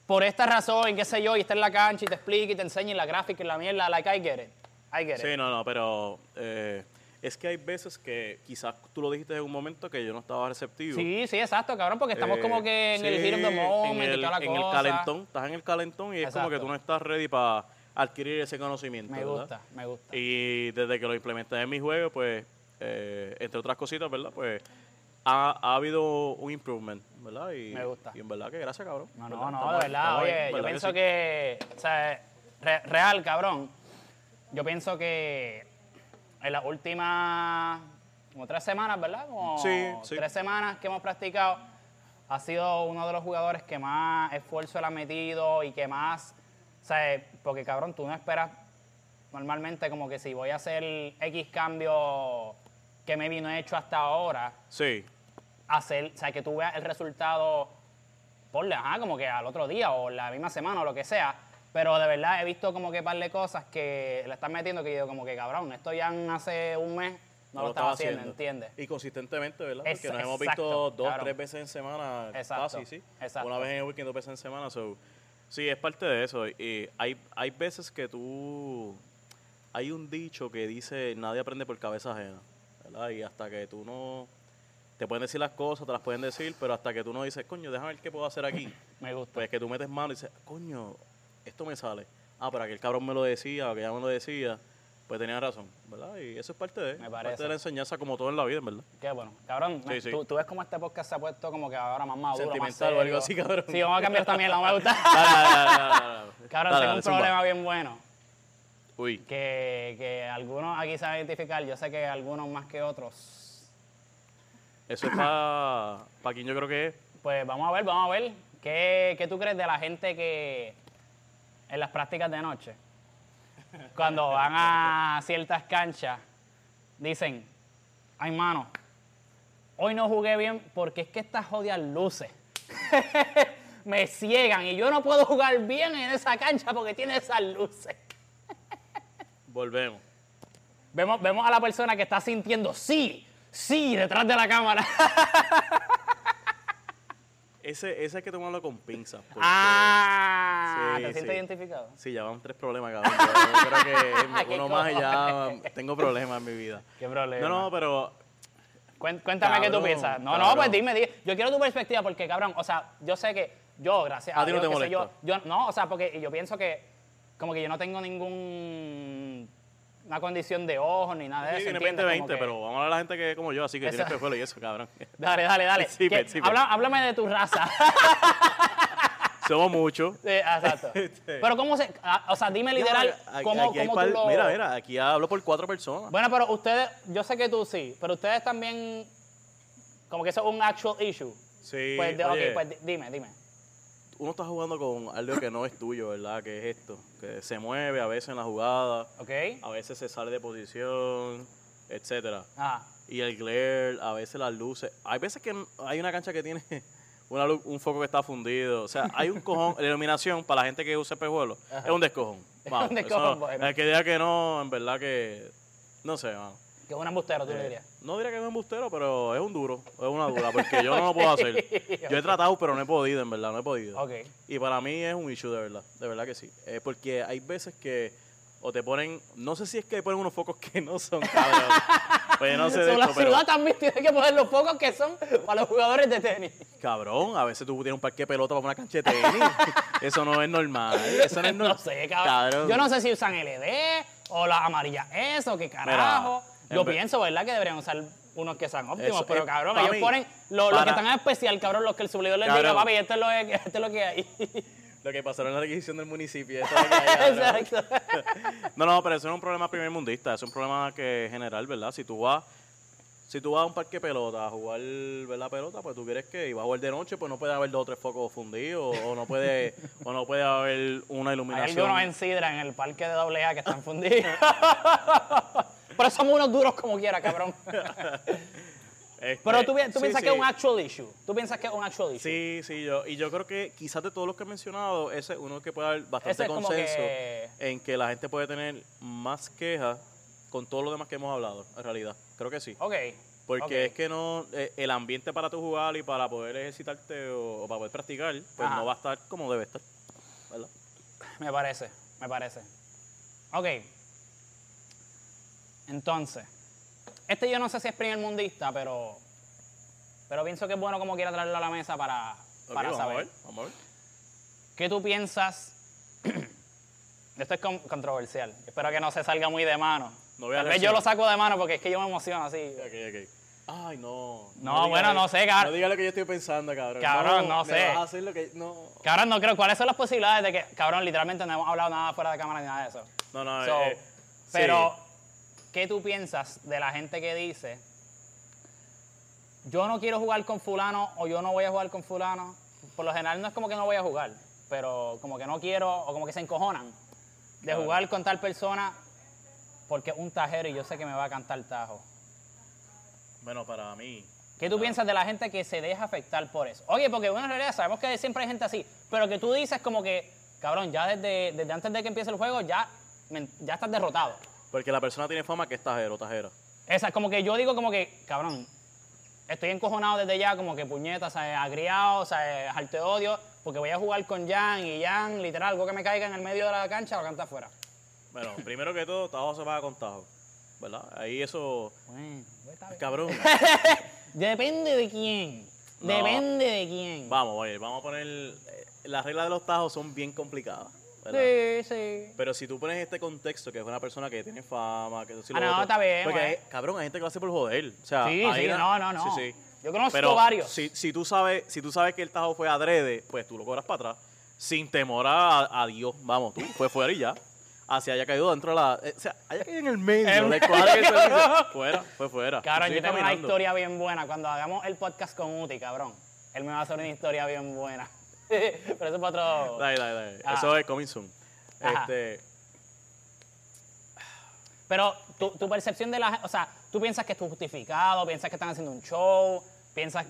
S1: por esta razón, qué sé yo, y está en la cancha y te explica y te enseña y la gráfica y la mierda, like, I get it. I get
S2: Sí,
S1: it.
S2: no, no, pero eh, es que hay veces que quizás tú lo dijiste en un momento que yo no estaba receptivo.
S1: Sí, sí, exacto, cabrón, porque estamos
S2: Eh,
S1: como que en el
S2: sí,
S1: heat of the moment
S2: en el,
S1: y toda la
S2: en el
S1: cosa.
S2: calentón, estás en el calentón y es como que
S1: Exacto.
S2: tú no estás ready para adquirir ese conocimiento.
S1: Me
S2: ¿verdad?
S1: gusta, me gusta.
S2: Y desde que lo implementé en mi juego, pues, eh, entre otras cositas, ¿verdad? Pues ha, ha habido un improvement, ¿verdad? Y,
S1: Me gusta.
S2: y en verdad que gracias, cabrón.
S1: No,
S2: ¿verdad?
S1: no, no,
S2: Estamos-
S1: de verdad,
S2: estamos ahí,
S1: oye, yo
S2: ¿verdad
S1: pienso
S2: sí?
S1: que, o sea, re- real, cabrón, yo pienso que en las últimas, como tres semanas, ¿verdad? Como
S2: Sí, sí.
S1: Tres semanas que hemos practicado, ha sido uno de los jugadores que más esfuerzo le ha metido y que más, o sea, porque cabrón, tú no esperas normalmente como que si voy a hacer X cambio que me vino hecho hasta ahora,
S2: Sí,
S1: hacer, o sea, que tú veas el resultado, ponle, ajá, como que al otro día o la misma semana o lo que sea. Pero de verdad he visto como que par de cosas que le están metiendo que yo digo como que cabrón, esto ya en hace un mes no, lo estaba haciendo, ¿entiendes?
S2: Y consistentemente, ¿verdad?
S1: Es-
S2: Porque nos hemos
S1: exacto,
S2: visto dos,
S1: cabrón.
S2: tres veces en semana.
S1: Exacto,
S2: Casi, sí.
S1: exacto.
S2: Una vez en el weekend, dos veces en semana. so, sí, es parte de eso. Y hay, hay veces que tú. Hay un dicho que dice: nadie aprende por cabeza ajena. ¿Verdad? Y hasta que tú no. Te pueden decir las cosas, te las pueden decir, pero hasta que tú no dices, coño, déjame ver qué puedo hacer aquí.
S1: Me gusta.
S2: Pues que tú metes mano y dices, coño, esto me sale. Ah, pero aquel cabrón me lo decía, o que ya me lo decía, pues tenía razón, ¿verdad? Y eso es parte de,
S1: Me
S2: parte
S1: parece.
S2: de la enseñanza como todo en la vida, en verdad.
S1: Qué bueno. Cabrón,
S2: Sí, sí.
S1: Tú, tú ves cómo este podcast se ha puesto como que ahora más maduro, más
S2: Sentimental o algo
S1: serio.
S2: así, cabrón.
S1: Sí, vamos a cambiar también, no me gusta.
S2: Dale, dale, dale, dale, dale.
S1: Cabrón,
S2: Dale,
S1: tengo
S2: dale,
S1: un
S2: zumba.
S1: problema bien bueno.
S2: Uy,
S1: Que, que algunos aquí se van a identificar, yo sé que algunos más que otros.
S2: eso es para pa quien yo creo que es.
S1: Pues vamos a ver, vamos a ver. ¿Qué, qué tú crees de la gente que en las prácticas de noche, cuando van a ciertas canchas, dicen, ay mano, hoy no jugué bien porque es que estas jodidas luces me ciegan y yo no puedo jugar bien en esa cancha porque tiene esas luces.
S2: Volvemos.
S1: Vemos, vemos a la persona que está sintiendo sí, sí, detrás de la cámara.
S2: Ese, ese hay que tomarlo con pinzas. porque-
S1: ah,
S2: Sí,
S1: ¿te sientes
S2: sí.
S1: identificado?
S2: Sí, ya van tres problemas, cabrón. Yo creo que
S1: Qué
S2: uno más y ya tengo problemas en mi vida.
S1: Qué problema.
S2: No, no, pero
S1: Cuen- Cuéntame qué tú
S2: Cabrón,
S1: piensas. No, no,
S2: cabrón.
S1: pues dime, dime. Yo quiero tu perspectiva porque, cabrón, o sea, yo sé que yo, gracias
S2: A ti
S1: Dios,
S2: no te
S1: qué sé
S2: molesta.
S1: Yo, yo- no, o sea, porque yo pienso que como que yo no tengo ningún una condición de ojos ni nada de
S2: Sí,
S1: eso.
S2: tiene
S1: ¿entiendes?
S2: 20,
S1: Como
S2: 20,
S1: que-
S2: pero vamos a hablar a la gente que es como yo, así que
S1: Eso-
S2: tiene espejuelo y eso, cabrón.
S1: Dale, dale, dale.
S2: Sí,
S1: Que-
S2: pe- sí, pues. pe.
S1: habla- háblame de tu raza.
S2: Somos muchos.
S1: Sí, exacto. Pero cómo se, ah, o sea, dime literal
S2: Aquí-
S1: cómo,
S2: aquí hay
S1: cómo
S2: par-
S1: tú lo
S2: Mira, mira, aquí hablo por cuatro personas.
S1: Bueno, pero ustedes, yo sé que tú sí, pero ustedes también como que eso es un actual issue.
S2: Sí,
S1: Pues, de- ok,
S2: oye.
S1: pues di- dime, dime.
S2: Uno está jugando con algo que no es tuyo, ¿verdad? Que es esto, que se mueve a veces en la jugada,
S1: ¿Ok?
S2: a veces se sale de posición, etcétera.
S1: Ajá.
S2: Y el glare, a veces las luces. Hay veces que hay una cancha que tiene una luz- un foco que está fundido. O sea, hay un cojón. La iluminación, para la gente que usa espejuelos, es un descojón. Vamos,
S1: un
S2: eso-
S1: descojón, bueno.
S2: El que diga que no, en verdad que... No sé, mano.
S1: Que es un embustero, tú le
S2: Eh,
S1: dirías.
S2: no diría que es un embustero, pero es un duro, es una dura, porque yo no lo puedo hacer. Yo he tratado, pero no he podido, en verdad, Eh, no he podido.
S1: Ok.
S2: Y para mí es un issue, de verdad, de verdad que sí. Eh, porque hay veces que o te ponen, no sé si es que ponen unos focos que no son, cabrón. pues no sé de
S1: So, la
S2: esto, pero,
S1: ciudad también tiene que poner los pocos que son para los jugadores de tenis.
S2: cabrón, a veces tú tienes un parque de pelota para una cancha de tenis. eso no es normal, eso no es normal.
S1: No sé, cabrón. Yo no sé si usan LD o las amarillas eso, qué carajo.
S2: en
S1: yo
S2: ve-
S1: pienso, ¿verdad? Que deberían usar unos que sean óptimos,
S2: Eso,
S1: pero
S2: eh,
S1: cabrón,
S2: pa'
S1: ellos
S2: mí,
S1: ponen lo- los, que
S2: para-
S1: están en especial, cabrón, los que el suplidor les diga,
S2: Cabrón.
S1: papi, esto es lo, que- esto es lo que hay.
S2: Lo que pasaron en la requisición del municipio. eso es lo que hay, cabrón.
S1: Exacto.
S2: No, no, pero eso no es un problema primermundista, es un problema que es general, ¿verdad? Si tú vas, si tú vas a un parque de pelota a jugar la pelota, pues tú quieres que y vas a jugar de noche, pues no puede haber dos o tres focos fundidos, o no puede, o no puede haber una
S1: Hay algunos en
S2: iluminación.
S1: Sidra, en el parque de AA que están fundidos. pero somos unos duros como quiera, cabrón.
S2: Este,
S1: Pero tú, pi- tú
S2: sí,
S1: piensas que
S2: sí.
S1: es un actual issue. Tú piensas que es un actual issue.
S2: Sí, sí, yo, y yo creo que quizás de todos los que he mencionado, ese es uno que puede haber
S1: Ese
S2: bastante
S1: es como
S2: consenso
S1: que-
S2: en que la gente puede tener más quejas con todo lo demás que hemos hablado, en realidad. Creo que sí.
S1: Ok.
S2: Porque
S1: ok.
S2: es que no, eh, el ambiente para tu jugar y para poder ejercitarte o, o para poder practicar, pues
S1: Ajá.
S2: no va a estar como debe estar. ¿verdad?
S1: Me parece, me parece. Ok. Entonces, este yo no sé si es primer mundista, pero, pero pienso que es bueno como quiera traerlo a la mesa para,
S2: Ok,
S1: para
S2: vamos a
S1: saber.
S2: ver, vamos a ver.
S1: ¿Qué tú piensas? Esto es con- controversial. Espero que no se salga muy de mano.
S2: No voy a
S1: Tal vez yo
S2: reaccionar.
S1: lo saco de mano porque es que yo me emociono así.
S2: Ok, ok. Ay, no.
S1: No,
S2: diga
S1: bueno,
S2: lo-
S1: no sé, cabrón.
S2: No diga lo que yo estoy pensando, cabrón.
S1: Cabrón, no
S2: me
S1: sé.
S2: vas a hacer lo que- No,
S1: Cabrón, no creo. ¿Cuáles son las posibilidades de que, cabrón, literalmente no hemos hablado nada fuera de cámara ni nada de eso?
S2: no, no,
S1: So,
S2: eh, eh,
S1: pero,
S2: sí.
S1: ¿qué tú piensas de la gente que dice, yo no quiero jugar con fulano o yo no voy a jugar con fulano? Por lo general no es como que no voy a jugar, pero como que no quiero o como que se encojonan de
S2: Claro.
S1: jugar con tal persona porque es un tajero y yo sé que me va a cantar tajo.
S2: Bueno, para mí.
S1: ¿Qué tú piensas de la gente que se deja afectar por eso? Oye, porque bueno, en realidad sabemos que siempre hay gente así, pero que tú dices como que, cabrón, ya desde, desde antes de que empiece el juego ya, me- ya estás derrotado.
S2: Porque la persona tiene fama que es tajero, tajera.
S1: Esa, como que yo digo como que, cabrón, estoy encojonado desde ya, como que puñeta, o sea, agriado, o sea, jarte de odio, porque voy a jugar con Jan y Jan, literal, algo que me caiga en el medio de la cancha, lo canta afuera.
S2: Bueno, primero que todo, Tajo se va con Tajo. ¿Verdad? Ahí eso.
S1: Bueno, pues está bien.
S2: Cabrón.
S1: Depende de quién.
S2: No.
S1: Depende de quién.
S2: vamos, oye, vamos a poner. eh, Las reglas de los tajos son bien complicadas. ¿verdad?
S1: sí, sí.
S2: Pero si tú pones este contexto, que es una persona que tiene fama, que eso sí
S1: Ah, no,
S2: otro,
S1: está bien,
S2: Porque,
S1: bueno.
S2: hay- cabrón, hay gente que lo hace por joder. O sea,
S1: Sí,
S2: hay
S1: sí,
S2: una-
S1: no, no, no.
S2: Sí, sí.
S1: Yo conozco
S2: Pero
S1: varios.
S2: Si, si, tú sabes, si tú sabes que el tajo fue adrede, pues tú lo cobras para atrás. Sin temor a, a Dios. Vamos, tú, fue fuera y ya. Así haya caído dentro de la. eh, o sea, haya caído en el medio.
S1: En
S2: le cuadra que se dice, fuera, fue fuera.
S1: Cabrón,
S2: Estoy
S1: yo tengo una
S2: caminando.
S1: historia bien buena. Cuando hagamos el podcast con Uti, cabrón, él me va a hacer una historia bien buena. Pero eso es para otro...
S2: Dale, dale, dale.
S1: Ajá.
S2: Eso es coming soon.
S1: Ajá.
S2: Este,
S1: Pero tu, tu percepción de la gente, o sea, tú piensas que esto es justificado, piensas que están haciendo un show, piensas...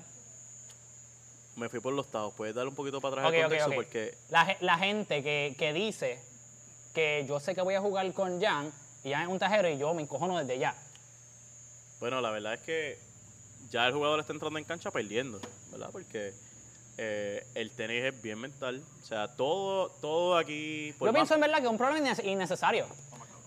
S2: me fui por los tajos. Puedes dar un poquito para atrás
S1: Ok,
S2: el
S1: ok,
S2: contexto
S1: ok.
S2: porque.
S1: La, ge- la gente que, que dice que yo sé que voy a jugar con Jan, y Jan es un tajero y yo me encojono desde ya.
S2: Bueno, la verdad es que ya el jugador está entrando en cancha perdiendo, ¿verdad? Porque eh, el tenis es bien mental. O sea, todo, todo aquí. por
S1: yo
S2: más-
S1: pienso en verdad que es un problema inne- innecesario.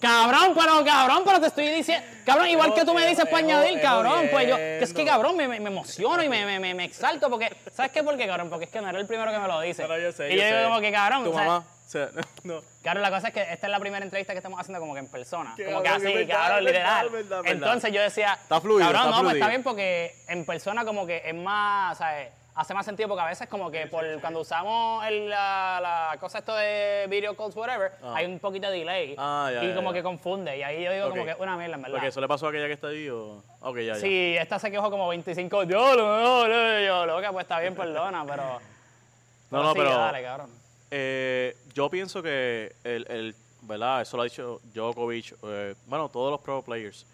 S1: Cabrón, pero cabrón, pero te estoy diciendo. Cabrón, igual que tú me dices para
S2: Evo-
S1: añadir,
S2: Evo-
S1: cabrón. Pues yo, que es que
S2: Evolviendo.
S1: cabrón, me, me- me emociono y me, me- me- me exalto porque. ¿Sabes qué? Porque, cabrón, porque es que no era el primero que me lo dice.
S2: No, no, yo sé,
S1: y yo,
S2: yo
S1: digo
S2: sé.
S1: como que cabrón.
S2: Tu
S1: o sea,
S2: mamá. O sea, no.
S1: Claro, la cosa es que esta es la primera entrevista que estamos haciendo como que en persona.
S2: Qué
S1: como
S2: cabrón,
S1: que así,
S2: es verdad,
S1: cabrón,
S2: es verdad,
S1: literal.
S2: es verdad, es
S1: Entonces yo decía,
S2: Está fluido,
S1: cabrón,
S2: está
S1: no, pues
S2: fluido.
S1: está bien porque en persona como que es más, ¿sabes? Hace más sentido porque a veces como que por cuando usamos el- la, la cosa esto de video calls, whatever,
S2: Ah.
S1: hay un poquito de delay
S2: Ah, ya,
S1: y
S2: ya,
S1: como
S2: ya.
S1: que confunde. Y ahí yo digo como
S2: Ok.
S1: que una mierda, en verdad.
S2: Porque eso le pasó a aquella que está ahí o. Ok, ya, ya.
S1: Sí, esta se quejó como 25, yo, yo, yo, yo, loca, pues está bien, perdona, pero...
S2: No, no,
S1: sí,
S2: pero-
S1: Dale, cabrón.
S2: Eh, yo pienso que el, el- ¿verdad? Eso lo ha dicho Djokovic, eh, bueno, todos los pro players.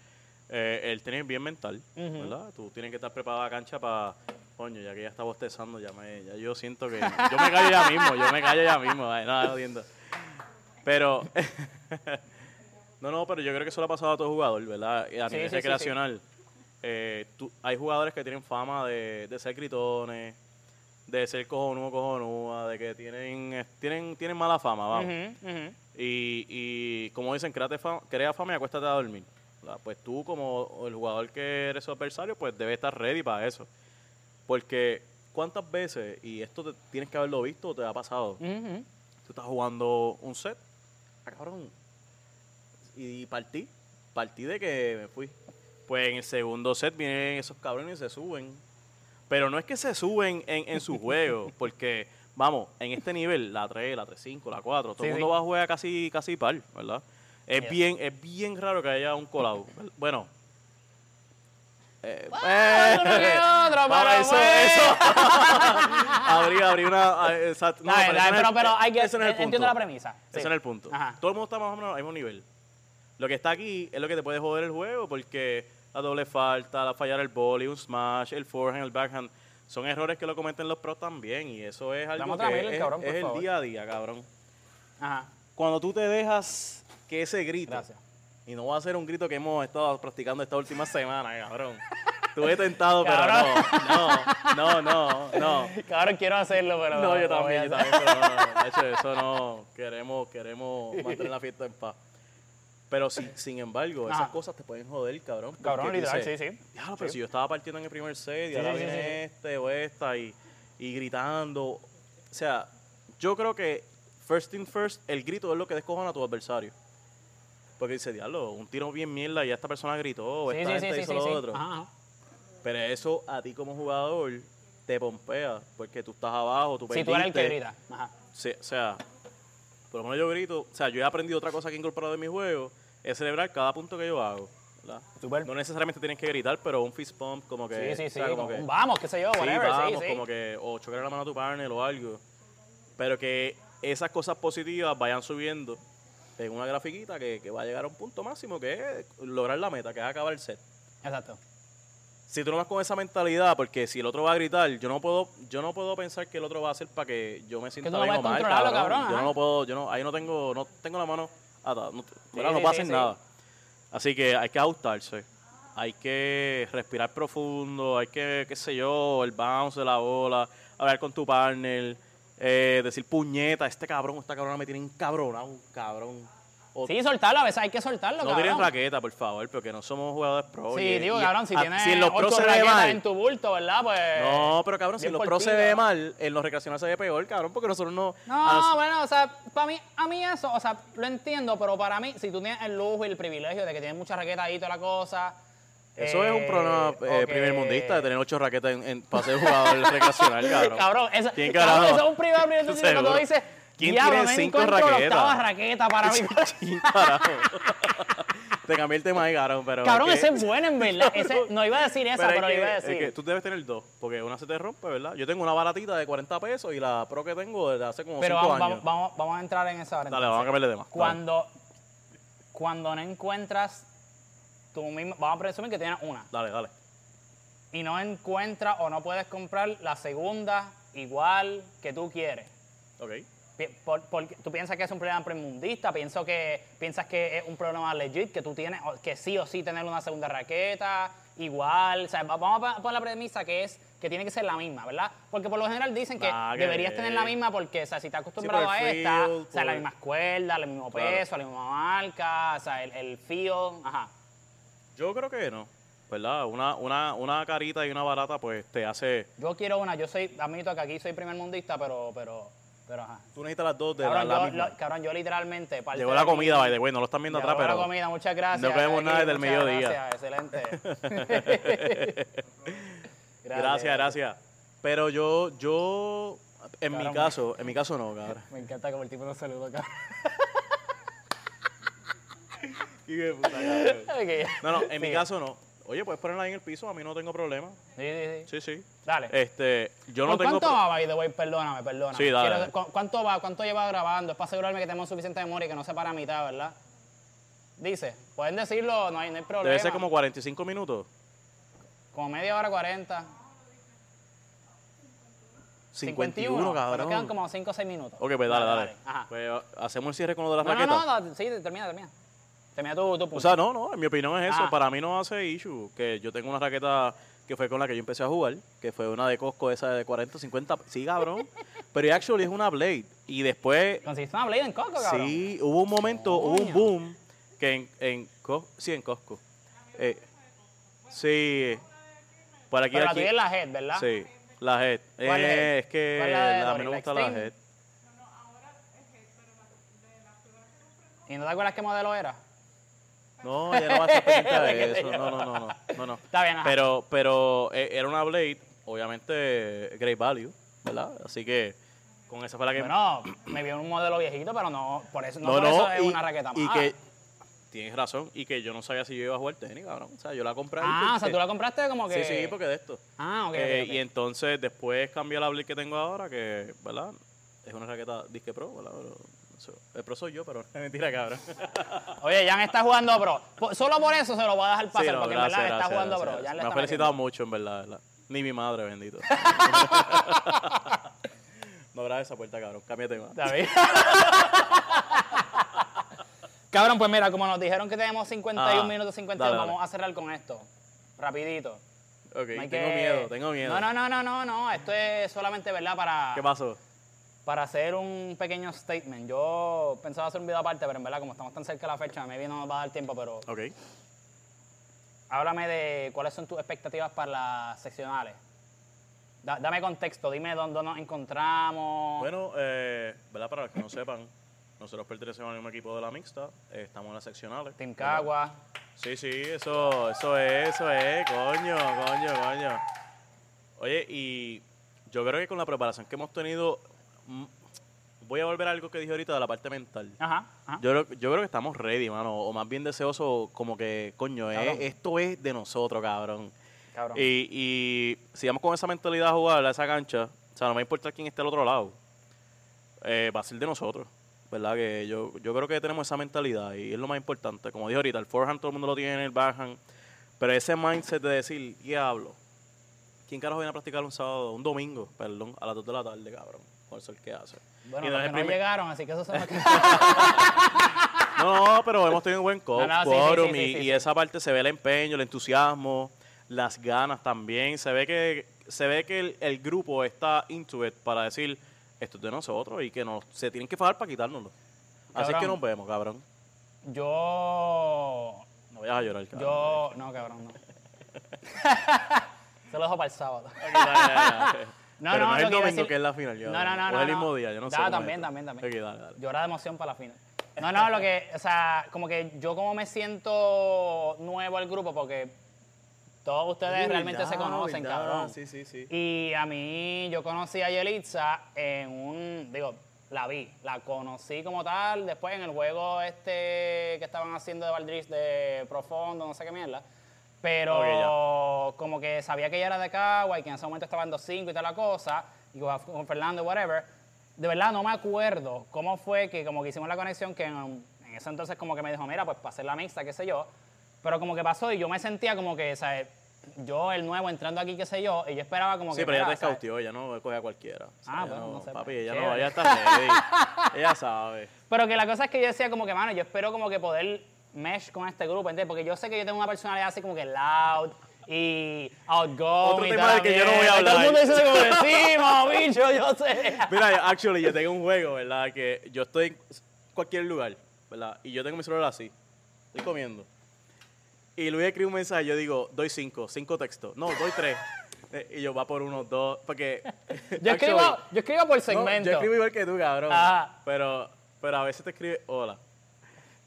S2: Eh, el tenis bien mental, ¿verdad? Tú tienes que estar preparado a la cancha para, coño, ya que ya está bostezando, ya, me, ya yo siento que yo me callo ya mismo, yo me callo ya mismo, ay, nada, jodiendo. Pero no, no, pero yo creo que eso le ha pasado a todo jugador, ¿verdad? A
S1: Sí, sí,
S2: nivel
S1: sí,
S2: recreacional. Eh, tú- hay jugadores que tienen fama de, de ser gritones, de ser cojonudo, cojonúa, de que tienen, eh, tienen, tienen mala fama, vamos.
S1: Ujú, ujú.
S2: y, y como dicen, créate fa- crea fama y acuéstate a dormir. ¿verdad? Pues tú, como el jugador que eres su adversario, pues debes estar ready para eso. Porque cuántas veces, y esto te- tienes que haberlo visto o te ha pasado,
S1: Ujú.
S2: tú estás jugando un set, ah, cabrón. Y partí, partí de que me fui. Pues en el segundo set vienen esos cabrones y se suben. Pero no es que se suben en, en su juego, porque, vamos, en este nivel, la 3, la 3, 5, la 4, todo
S1: Sí,
S2: el mundo
S1: sí.
S2: va a jugar casi, casi par, ¿verdad? Es,
S1: Yes.
S2: bien, es bien raro que haya un colado. Bueno. eh,
S1: Ah, uno que otro,
S2: vamos,
S1: pero pues.
S2: eso,
S1: bueno.
S2: eso. abrí, abrí una. ah, Exacto. No,
S1: Dale,
S2: pero
S1: dale,
S2: eso no es-
S1: pero, pero hay que, eh,
S2: eso no es el
S1: entiendo la
S2: punto.
S1: premisa. sí.
S2: Ese no es el punto.
S1: Ajá.
S2: Todo el mundo está más o menos al mismo nivel. Lo que está aquí es lo que te puede joder el juego porque la doble falta, la fallar el volley, un smash, el forehand, el backhand, son errores que lo cometen los pros también y eso es algo
S1: Dame otra
S2: que
S1: mil,
S2: es,
S1: cabrón, por
S2: es el
S1: favor.
S2: día a día, cabrón.
S1: Ajá.
S2: Cuando tú te dejas que ese grito,
S1: Gracias.
S2: y no va a ser un grito que hemos estado practicando esta última semana, cabrón. Estuve tentado,
S1: Cabrón.
S2: pero no, no, no, no.
S1: Cabrón, quiero hacerlo, pero.
S2: No, yo
S1: lo voy a
S2: también, yo
S1: hacer.
S2: también, pero no, no, no, de hecho, eso no, queremos, queremos mantener la fiesta en paz. Pero sí, sin embargo, esas
S1: Ajá.
S2: cosas te pueden joder, cabrón. porque
S1: Ah. Cabrón,
S2: tú
S1: literal,
S2: dices,
S1: sí, sí.
S2: "Diablo, pero si yo estaba partiendo en el primer set y
S1: Sí,
S2: ahora
S1: sí, sí,
S2: viene
S1: sí, sí.
S2: este o esta y, y gritando. O sea, yo creo que first in first, el grito es lo que descojona a tu adversario. Porque dice, diablo, un tiro bien mierda y esta persona gritó, o
S1: Sí, sí,
S2: esta gente
S1: sí, sí,
S2: hizo
S1: sí,
S2: lo
S1: sí.
S2: otro.
S1: Ajá, ajá.
S2: Pero eso a ti como jugador te pompea, porque tú estás abajo, tú
S1: Si tú eres el que
S2: perdiste.
S1: grita. Ajá.
S2: Sí, o sea, por lo menos yo grito, o sea, yo he aprendido otra cosa que he incorporado en mi juego, es celebrar cada punto que yo hago. ¿verdad?
S1: Súper.
S2: No necesariamente tienes que gritar, pero un fist pump como
S1: Sí,
S2: que...
S1: sí,
S2: Eh, o
S1: sí.
S2: sea,
S1: como un vamos, qué sé yo,
S2: sí,
S1: whatever. Sí,
S2: vamos,
S1: sí.
S2: como que o chocar la mano a tu partner o algo. Pero que esas cosas positivas vayan subiendo en una grafiquita que, que va a llegar a un punto máximo, que es lograr la meta, que es acabar el set.
S1: Exacto.
S2: Si tú no vas con esa mentalidad, porque si el otro va a gritar, yo no puedo, yo no puedo pensar que el otro va a hacer para que yo me sienta
S1: tú no
S2: bien
S1: puedes
S2: o mal,
S1: controlarlo,
S2: cabrón.
S1: cabrón,
S2: Yo
S1: ajá.
S2: no puedo, yo no, ahí no tengo, no tengo la mano atada, no, ¿verdad?
S1: sí,
S2: no puedo
S1: sí,
S2: hacer
S1: sí.
S2: nada. Así que hay que ajustarse, hay que respirar profundo, hay que, qué sé yo, el bounce de la bola, hablar con tu partner, eh, decir puñeta, este cabrón, esta cabrona me tiene encabronado, cabrón. O
S1: Sí, soltarlo, a veces hay que soltarlo,
S2: no
S1: cabrón.
S2: tiren raqueta, por favor, porque no somos jugadores pro.
S1: Sí,
S2: y-
S1: digo,
S2: y-
S1: cabrón, si
S2: a-
S1: tienes
S2: en los pros
S1: ocho
S2: se ve
S1: raquetas
S2: mal,
S1: en tu bulto, ¿verdad? Pues.
S2: no, pero cabrón, si
S1: bien
S2: los
S1: por
S2: pros
S1: ti,
S2: se ve
S1: cabrón.
S2: mal, Ah, en los recreacionales se ve peor, cabrón, porque nosotros no.
S1: No,
S2: a nos-
S1: bueno, o sea, para mí, a mí eso, o sea, lo entiendo, pero para mí, si tú tienes el lujo y el privilegio de que tienes muchas raquetas ahí y toda la cosa.
S2: eso es un problema eh,
S1: primermundista
S2: primermundista de tener ocho raquetas en, en pase de jugador recreacional, cabrón.
S1: Cabrón, eso,
S2: ¿Quién
S1: cabrón,
S2: carajo?
S1: eso es un privado primer
S2: Seguro.
S1: cuando tú dices,
S2: ¿Quién
S1: diablo,
S2: tiene
S1: no
S2: cinco
S1: encuentro la octava
S2: raquetas?
S1: raqueta para mí.
S2: Sí, carajo. Te cambié el tema ahí, cabrón, pero.
S1: cabrón,
S2: es que-
S1: ese es bueno, en verdad. Ese, no iba a decir esa,
S2: es
S1: pero,
S2: que-
S1: iba a
S2: es
S1: decir.
S2: que tú debes tener dos, porque una se te rompe, ¿verdad? Yo tengo una baratita de 40 pesos y la pro que tengo desde hace como
S1: pero
S2: cinco
S1: vamos, vamos,
S2: años.
S1: vamos, vamos a entrar en esa hora.
S2: Dale, vamos a cambiarle de tema. Dale,
S1: Cuando, cuando no encuentras tú mismo, vamos a presumir que tienes una,
S2: dale. dale.
S1: y no encuentras o no puedes comprar la segunda igual que tú quieres.
S2: Ok.
S1: Pi- por- por- ¿Tú piensas que es un problema premundista? ¿Pienso que, ¿Piensas que es un problema legit que tú tienes o- que sí o sí tener una segunda raqueta? igual. O sea, va- vamos a pa- poner la premisa que es que tiene que ser la misma, ¿verdad? Porque por lo general dicen que
S2: Nah, Ah, que- eh,
S1: deberías tener la misma porque, o sea, si estás acostumbrado
S2: por el
S1: a esta,
S2: feel,
S1: o sea, la
S2: por-
S1: misma cuerda, el mismo
S2: Claro.
S1: peso, la misma marca, o sea, el, el feel, ajá.
S2: Yo creo que no, ¿verdad? Una, una, una carita y una barata, pues te hace.
S1: Yo quiero una, yo soy, admito que aquí soy primer mundista, pero, pero, pero, ajá.
S2: Tú necesitas las dos de
S1: Cabrón,
S2: la, la
S1: yo,
S2: misma.
S1: lo- cabrón, yo literalmente. parte
S2: Llegó
S1: de
S2: la
S1: aquí-
S2: comida, by the way, no lo están viendo
S1: Llegó
S2: atrás, pero.
S1: la comida, muchas gracias.
S2: no comemos nada desde el
S1: muchas
S2: mediodía.
S1: Gracias, excelente.
S2: Gracias, gracias. Pero yo, yo, en mi
S1: Cabrón.
S2: caso, en mi caso no, cabrón.
S1: Me encanta como el tipo nos saluda acá. Ok.
S2: No, no, en mi
S1: Sigue.
S2: caso no. Oye, puedes ponerla ahí en el piso, a mí no tengo problema.
S1: Sí, sí, sí.
S2: Sí, sí.
S1: Dale.
S2: Este, yo no
S1: ¿Con
S2: tengo
S1: ¿Cuánto
S2: pro-
S1: va, by the way? Perdóname, perdóname.
S2: Sí, dale,
S1: Quiero-
S2: dale.
S1: ¿cu- ¿Cuánto va? ¿Cuánto lleva grabando? Es para asegurarme que tenemos suficiente memoria y que no se para a mitad, ¿verdad? Dice, pueden decirlo, no hay, no hay problema.
S2: Debe ser como 45 minutos.
S1: Como media hora, 40.
S2: 51,
S1: Nos quedan
S2: cabrón.
S1: como 5 o 6 minutos.
S2: Ok, pues dale, dale.
S1: Ajá.
S2: Pues, hacemos el cierre con lo de las
S1: No, no,
S2: raquetas.
S1: no, no, sí, termina, termina. Termina pues. tu, tu punto.
S2: O sea, no, no, en mi opinión es eso.
S1: Ah.
S2: Para mí no hace issue. Que yo tengo una raqueta que fue con la que yo empecé a jugar, que fue una de Costco, esa de 40, 50. Sí, cabrón. Pero actually es una Blade. Y después,
S1: Consiste una Blade en Coco, Ah, cabrón.
S2: sí, hubo un momento, hubo un
S1: Coño.
S2: boom que en, en Cos- sí, en Costco. Eh, sí, por aquí,
S1: Pero la
S2: aquí.
S1: tuya es la head, ¿verdad?
S2: Sí, la head.
S1: ¿Cuál es
S2: Eh,
S1: head?
S2: es que
S1: ¿Cuál es la de
S2: a mí
S1: Dory,
S2: no me
S1: la
S2: gusta la
S1: Extreme?
S2: head.
S1: ¿Y no te acuerdas qué modelo era?
S2: No, ya no va a estar pendiente de
S1: Qué
S2: eso. No, no, no, no. no, no.
S1: Está bien, ajá.
S2: Pero, pero eh, era una Blade, obviamente, great value, ¿verdad? Así que con esa fue la que...
S1: Bueno, me vio un modelo viejito, pero no, por eso, no, por eso es una raqueta
S2: y
S1: mala.
S2: que Tienes razón, y que yo no sabía si yo iba a jugar tenis, cabrón. O sea, yo la compré. ahí
S1: ah, o sea,
S2: porque-
S1: tú la compraste como que...
S2: Sí, sí, porque de esto.
S1: Ah, ok, ok,
S2: Eh,
S1: ok.
S2: Y entonces después cambié la Blade que tengo ahora, que, ¿verdad? Es una raqueta disque pro, ¿verdad? Pero, eso- el pro soy yo, pero mentira, cabrón.
S1: Oye, Jan está jugando pro. Po- Solo por eso se lo voy a dejar pasar,
S2: Sí, no,
S1: porque
S2: gracias,
S1: en verdad
S2: gracias,
S1: está jugando
S2: gracias,
S1: pro.
S2: gracias.
S1: Jan le
S2: Me ha
S1: está
S2: felicitado
S1: metiendo.
S2: mucho, en verdad, verdad. Ni mi madre, bendito. no abras esa puerta, cabrón. Cambia de tema.
S1: Está bien. Cabrón, pues mira, como nos dijeron que tenemos 51
S2: Ah,
S1: minutos 52,
S2: dale, dale.
S1: vamos a cerrar con esto. Rapidito.
S2: Ok,
S1: No hay
S2: tengo
S1: que-
S2: miedo, tengo miedo.
S1: No, no, no, no, no, no. Esto es solamente, ¿verdad? Para,
S2: ¿Qué pasó?
S1: para hacer un pequeño statement. Yo pensaba hacer un video aparte, pero en verdad, como estamos tan cerca de la fecha, maybe no nos va a dar tiempo, pero
S2: Ok.
S1: háblame de cuáles son tus expectativas para las seccionales. Da- dame contexto, dime dónde nos encontramos.
S2: Bueno, eh, ¿verdad? Para los que no sepan, nosotros pertenecemos al mismo equipo de la mixta. eh, estamos en las seccionales.
S1: Team
S2: ¿verdad?
S1: Cagua.
S2: Sí, sí, eso, eso es, eso es, coño, coño, coño. Oye, y yo creo que con la preparación que hemos tenido, mm, voy a volver a algo que dije ahorita de la parte mental.
S1: Ajá, ajá.
S2: Yo creo, yo creo que estamos ready, mano, o más bien deseoso, como que, coño, eh,
S1: Cabrón.
S2: esto es de nosotros, cabrón.
S1: Cabrón.
S2: Y, y si vamos con esa mentalidad a jugar a esa cancha, o sea, no me importa quién esté al otro lado, eh, va a ser de nosotros, ¿verdad? Que yo, yo creo que tenemos esa mentalidad y es lo más importante. Como dije ahorita, el forehand todo el mundo lo tiene, el backhand, pero ese mindset de decir, diablo, ¿quién carajo viene a practicar un sábado, un domingo, perdón, a las 2 de la tarde, cabrón? Por eso el que hace.
S1: bueno,
S2: Y
S1: los
S2: es
S1: que
S2: el
S1: no
S2: primer-
S1: llegaron, así que eso se nos queda.
S2: No, pero hemos tenido un buen co-
S1: No, no, sí, sí,
S2: quórum
S1: sí,
S2: y,
S1: sí, sí,
S2: y
S1: sí.
S2: esa parte se ve el empeño, el entusiasmo, las ganas también. Se ve que se ve que el, el grupo está into it para decir esto es de nosotros y que nos, se tienen que fajar para quitárnoslo. Así
S1: Cabrón.
S2: que nos vemos, cabrón.
S1: Yo.
S2: No vayas a llorar, cabrón.
S1: Yo. No, cabrón, no. se lo dejo para el sábado.
S2: Ok, dale, dale, dale.
S1: No,
S2: Pero
S1: no,
S2: no, es
S1: lo
S2: el
S1: que iba a
S2: domingo
S1: decir-
S2: que es la final. ya,
S1: No, no, no,
S2: O
S1: no,
S2: es el
S1: no.
S2: mismo día, yo no sé.
S1: Da,
S2: cómo es
S1: también,
S2: esto.
S1: también, también.
S2: Ok, dale, dale.
S1: Llorar de emoción para la final. No, no, lo que, o sea, como que yo como me siento nuevo al grupo porque todos ustedes
S2: Uy,
S1: realmente se
S2: verdad,
S1: conocen,
S2: verdad.
S1: cabrón.
S2: Sí, sí, sí.
S1: Y a mí, yo conocí a Yelitza en un, digo, la vi, la conocí como tal, después en el juego este que estaban haciendo de Valdris de Profondo, no sé qué mierda. Pero como que sabía que ella era de Cagua y que en ese momento estaba en 2-5 y tal la cosa, y con con Fernando y whatever. De verdad no me acuerdo cómo fue que como que hicimos la conexión que en, en ese entonces como que me dijo, mira, pues para hacer la mixta, qué sé yo. Pero como que pasó y yo me sentía como que, ¿sabes? Yo, el nuevo, entrando aquí, qué sé yo, y yo esperaba como
S2: Sí,
S1: que...
S2: pero ella
S1: mira,
S2: te
S1: ¿sabes?
S2: escautió, ella no coge a cualquiera. O sea,
S1: Ah,
S2: ella
S1: bueno, no sé,
S2: Papi,
S1: pero
S2: ella no,
S1: chévere.
S2: ella está ready. ella sabe.
S1: Pero que la cosa es que yo decía como que, mano, yo espero como que poder mesh con este grupo, ¿entiendes? Porque yo sé que yo tengo una personalidad así como que loud y outgoing.
S2: Otro
S1: y
S2: tema del que yo no voy a
S1: también. Y Todo el
S2: hablar.
S1: mundo dice como encima, bicho, yo sé.
S2: Mira, yo- actually, yo tengo un juego, ¿verdad? Que yo estoy en cualquier lugar, ¿verdad? Y yo tengo mi celular así. Estoy comiendo. Y Luis escribe un mensaje, yo digo, doy cinco, cinco textos. No, doy tres. Eh, Y yo va por uno, dos, porque...
S1: Yo escribo,
S2: actually,
S1: yo escribo por
S2: no,
S1: segmento. Ah.
S2: yo escribo igual que tú, cabrón.
S1: Ajá.
S2: Pero, pero a veces te escribe, hola,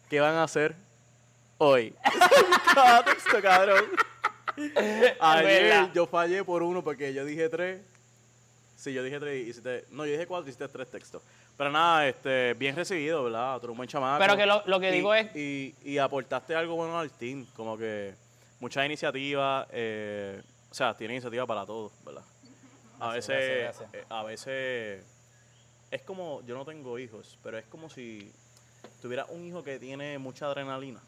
S2: ¿qué van a hacer hoy? Cada texto, cabrón.
S1: verdad.
S2: Ayer yo fallé por uno porque yo dije tres. Sí, yo dije tres y hiciste... No, yo dije cuatro y hiciste tres textos. Pero nada, este, bien recibido, ¿verdad? Tú eres un buen chamaco.
S1: Pero que lo- lo que
S2: Y-
S1: digo es-
S2: Y, y aportaste algo bueno al team, como que muchas iniciativas, eh, o sea, tiene iniciativa para todos, ¿verdad? A
S1: Gracias,
S2: veces,
S1: gracias, gracias.
S2: eh, a veces es como, yo no tengo hijos, pero es como si tuviera un hijo que tiene mucha adrenalina,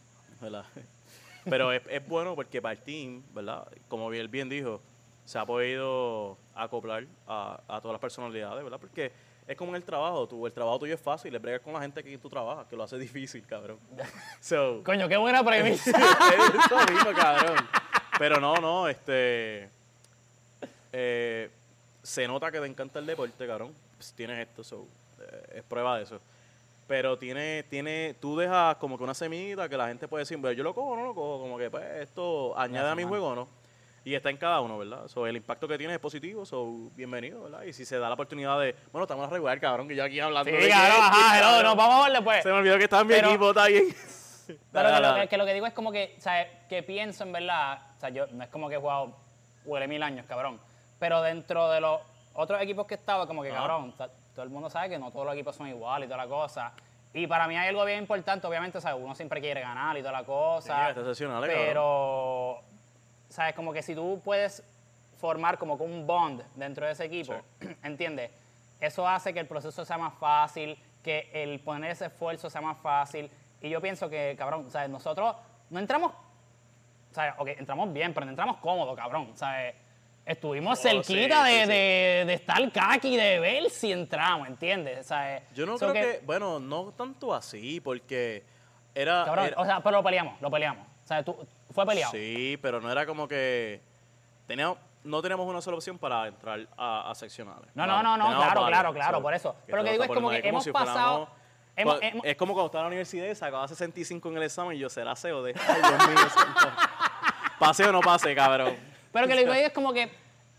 S2: ¿verdad? Pero es, es bueno porque para el team, ¿verdad? Como él bien dijo, se ha podido acoplar a, a todas las personalidades, ¿verdad? Porque es como en el trabajo, tú, el trabajo tuyo es fácil, es bregar con la gente que tú trabajas, que lo hace difícil, cabrón. So,
S1: Coño, qué buena premisa.
S2: eso mismo, cabrón. Pero no, no, este. eh, se nota que te encanta el deporte, cabrón. Pues tienes esto, so, eh, es prueba de eso. Pero tiene, tiene, tú dejas como que una semillita que la gente puede decir, "Bueno, yo lo cojo o no lo cojo, como que pues esto añade a mi
S1: semana.
S2: juego o no. Y está en cada uno, ¿verdad? So, el impacto que tiene es positivo, so, bienvenido, ¿verdad? Y si se da la oportunidad de, bueno, estamos a regular, cabrón, que yo aquí hablando
S1: Sí,
S2: de que-
S1: claro, ajá, no,
S2: cabrón.
S1: nos vamos a ver después.
S2: Se me olvidó que estaba en mi
S1: Pero-
S2: equipo, está bien.
S1: Pero
S2: Dale,
S1: que,
S2: dale,
S1: lo,
S2: dale.
S1: que, que lo que digo es como que, o sea, que pienso en verdad, o sea, yo no es como que he jugado huele mil años, cabrón. Pero dentro de los otros equipos que estaba, como que,
S2: Ajá.
S1: cabrón, o sea, todo el mundo sabe que no todos los equipos son iguales y toda la cosa. Y para mí hay algo bien importante, obviamente, o sea, uno siempre quiere ganar y toda la
S2: Sí,
S1: cosa.
S2: está excepcional, cabrón.
S1: pero, ¿sabes? Como que si tú puedes formar como que un bond dentro de ese equipo, ¿entiendes? Eso hace que el proceso sea más fácil, que el poner ese esfuerzo sea más fácil. Y yo pienso que, cabrón, ¿sabes? Nosotros no entramos, ¿sabes? Ok, entramos bien, pero no entramos cómodo, cabrón, ¿sabes? Estuvimos
S2: Oh,
S1: cerquita
S2: sí,
S1: de,
S2: sí, sí.
S1: De, de estar caqui, de ver si entramos, ¿entiendes? ¿Sabes?
S2: Yo no
S1: So
S2: creo que, bueno, no tanto así, porque era...
S1: Cabrón,
S2: ah, era-
S1: o sea, pero lo peleamos, lo peleamos. O sea, tú, fue peleado.
S2: Sí, pero no era como que... Teníamos, no teníamos una sola opción para entrar a, a seccionales.
S1: No,
S2: Vamos,
S1: no, no, no,
S2: teníamos
S1: claro,
S2: varias,
S1: claro, claro,
S2: so,
S1: por eso. Pero lo que
S2: todo
S1: digo
S2: está
S1: es
S2: por
S1: como
S2: el
S1: que
S2: maíz,
S1: hemos pasado- hemos-
S2: cua-
S1: hemos-
S2: pues, Es como cuando estaba en la universidad y sacaba 65 en el examen y yo, ¿será C o D? Ay, Dios mío, santo. Pase o no pase, cabrón.
S1: Pero que lo que digo es como que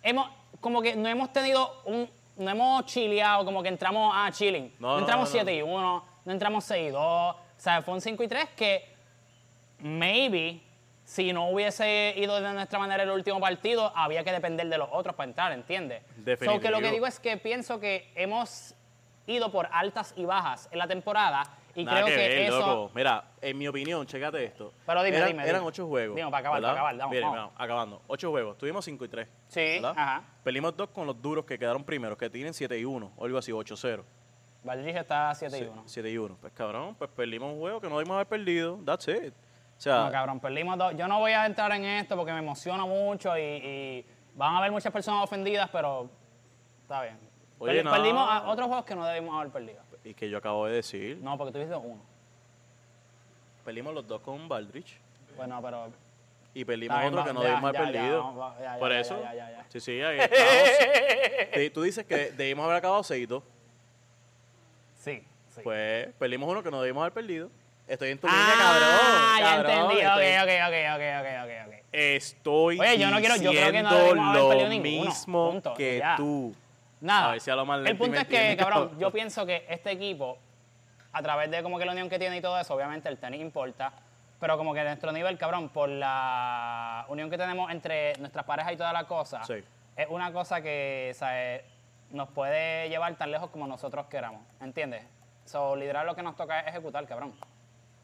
S1: hemos, como que no hemos tenido un, no hemos chileado, como que entramos a chilling.
S2: No,
S1: No,
S2: no,
S1: entramos
S2: no, no.
S1: 7 y 1, no entramos 6 y 2. O sea, fue un 5 y 3 que maybe si no hubiese ido de nuestra manera el último partido, había que depender de los otros para entrar, ¿entiendes?
S2: Definitivo.
S1: So, que lo que digo es que pienso que hemos ido por altas y bajas en la temporada y
S2: Nada
S1: creo que,
S2: que, ver,
S1: eso
S2: loco. Mira, en mi opinión, chécate esto.
S1: Pero dime,
S2: eran,
S1: dime,
S2: Eran
S1: dime.
S2: ocho juegos.
S1: Dime, para acabar,
S2: ¿verdad?
S1: para acabar, vamos,
S2: Miren,
S1: vamos.
S2: acabando. Ocho juegos. Tuvimos cinco y tres.
S1: Sí, ajá.
S2: Perdimos dos con los duros que quedaron primeros, que tienen siete y uno, o algo así, ocho cero.
S1: Valdrige está 7 y 1.
S2: 7 y uno. Pues cabrón, pues perdimos un juego que no debimos haber perdido. That's it. O sea,
S1: No, cabrón, perdimos dos. Yo no voy a entrar en esto porque me emociona mucho y, y van a haber muchas personas ofendidas, pero está bien.
S2: Oye,
S1: Perdi-
S2: no.
S1: Perdimos a otros juegos que no debimos haber perdido.
S2: y que yo acabo de decir,
S1: No, porque tuviste uno.
S2: perdimos los dos con Baldrich
S1: Bueno, pero.
S2: y perdimos
S1: Está bien,
S2: otro
S1: va-
S2: que no
S1: ya,
S2: debimos haber
S1: ya, ya,
S2: perdido.
S1: vamos, va- ya, ya,
S2: Por
S1: ya,
S2: eso,
S1: ya, ya, ya.
S2: sí, sí, ahí estamos. Sí, Tú dices que debimos haber acabado 6 y 2.
S1: Sí, sí.
S2: Pues perdimos uno que no debimos haber perdido. Estoy en tu línea, cabrón.
S1: ah, ya
S2: cabrón,
S1: entendí.
S2: estoy-
S1: Ok, ok, ok, ok, ok, ok, ok.
S2: Estoy
S1: Oye, yo no quiero- yo creo que no
S2: diciendo
S1: debimos haber perdido
S2: lo
S1: ninguno,
S2: mismo
S1: punto,
S2: que
S1: ya.
S2: tú.
S1: Nada.
S2: A ver si a lo más
S1: El
S2: lento y
S1: punto
S2: me
S1: es que,
S2: entiende,
S1: cabrón,
S2: cabrón.
S1: yo pienso que este equipo, a través de como que la unión que tiene y todo eso, obviamente el tenis importa, pero como que nuestro nivel, cabrón, por la unión que tenemos entre nuestras parejas y toda la cosa,
S2: Sí.
S1: es una cosa que, ¿sabes? Nos puede llevar tan lejos como nosotros queramos, ¿entiendes? So, literal lo que nos toca es ejecutar, cabrón.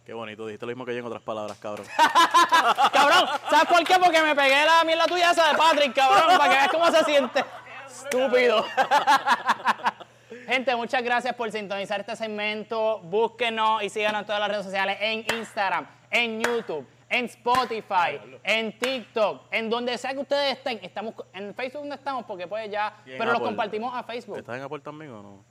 S2: Qué bonito, dijiste lo mismo que yo en otras palabras, cabrón.
S1: ¡Cabrón! ¿Sabes por qué? Porque me pegué la mierda tuya esa de Patrick, cabrón, para que veas cómo se siente. Estúpido. Gente, muchas gracias por sintonizar este segmento. Búsquenos y síganos en todas las redes sociales, en Instagram, en YouTube, en Spotify, en TikTok, en donde sea que ustedes estén. Estamos en Facebook no estamos porque pues ya,
S2: Y en
S1: pero los
S2: Apple.
S1: compartimos a Facebook.
S2: ¿Estás en Apple también o no?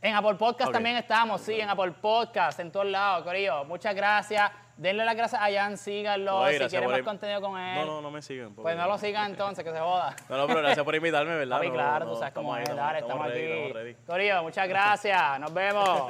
S1: En Apple Podcast
S2: Ok.
S1: también estamos, sí, en Apple Podcast, en todos lados, Corillo. Muchas gracias. Denle las gracias a Jan, síganlo.
S2: No,
S1: si
S2: gracias
S1: quieren
S2: por
S1: más
S2: el-
S1: contenido con él,
S2: No, no, no me siguen. porque-
S1: pues no lo sigan entonces, que se joda.
S2: No, no, pero gracias por invitarme, ¿verdad?
S1: Papi,
S2: Ah, No,
S1: claro,
S2: no,
S1: tú sabes
S2: estamos
S1: cómo
S2: ahí,
S1: es.
S2: estamos-
S1: Dale,
S2: estamos
S1: estamos
S2: ready, estamos ready.
S1: aquí. Corillo, muchas gracias. Nos vemos.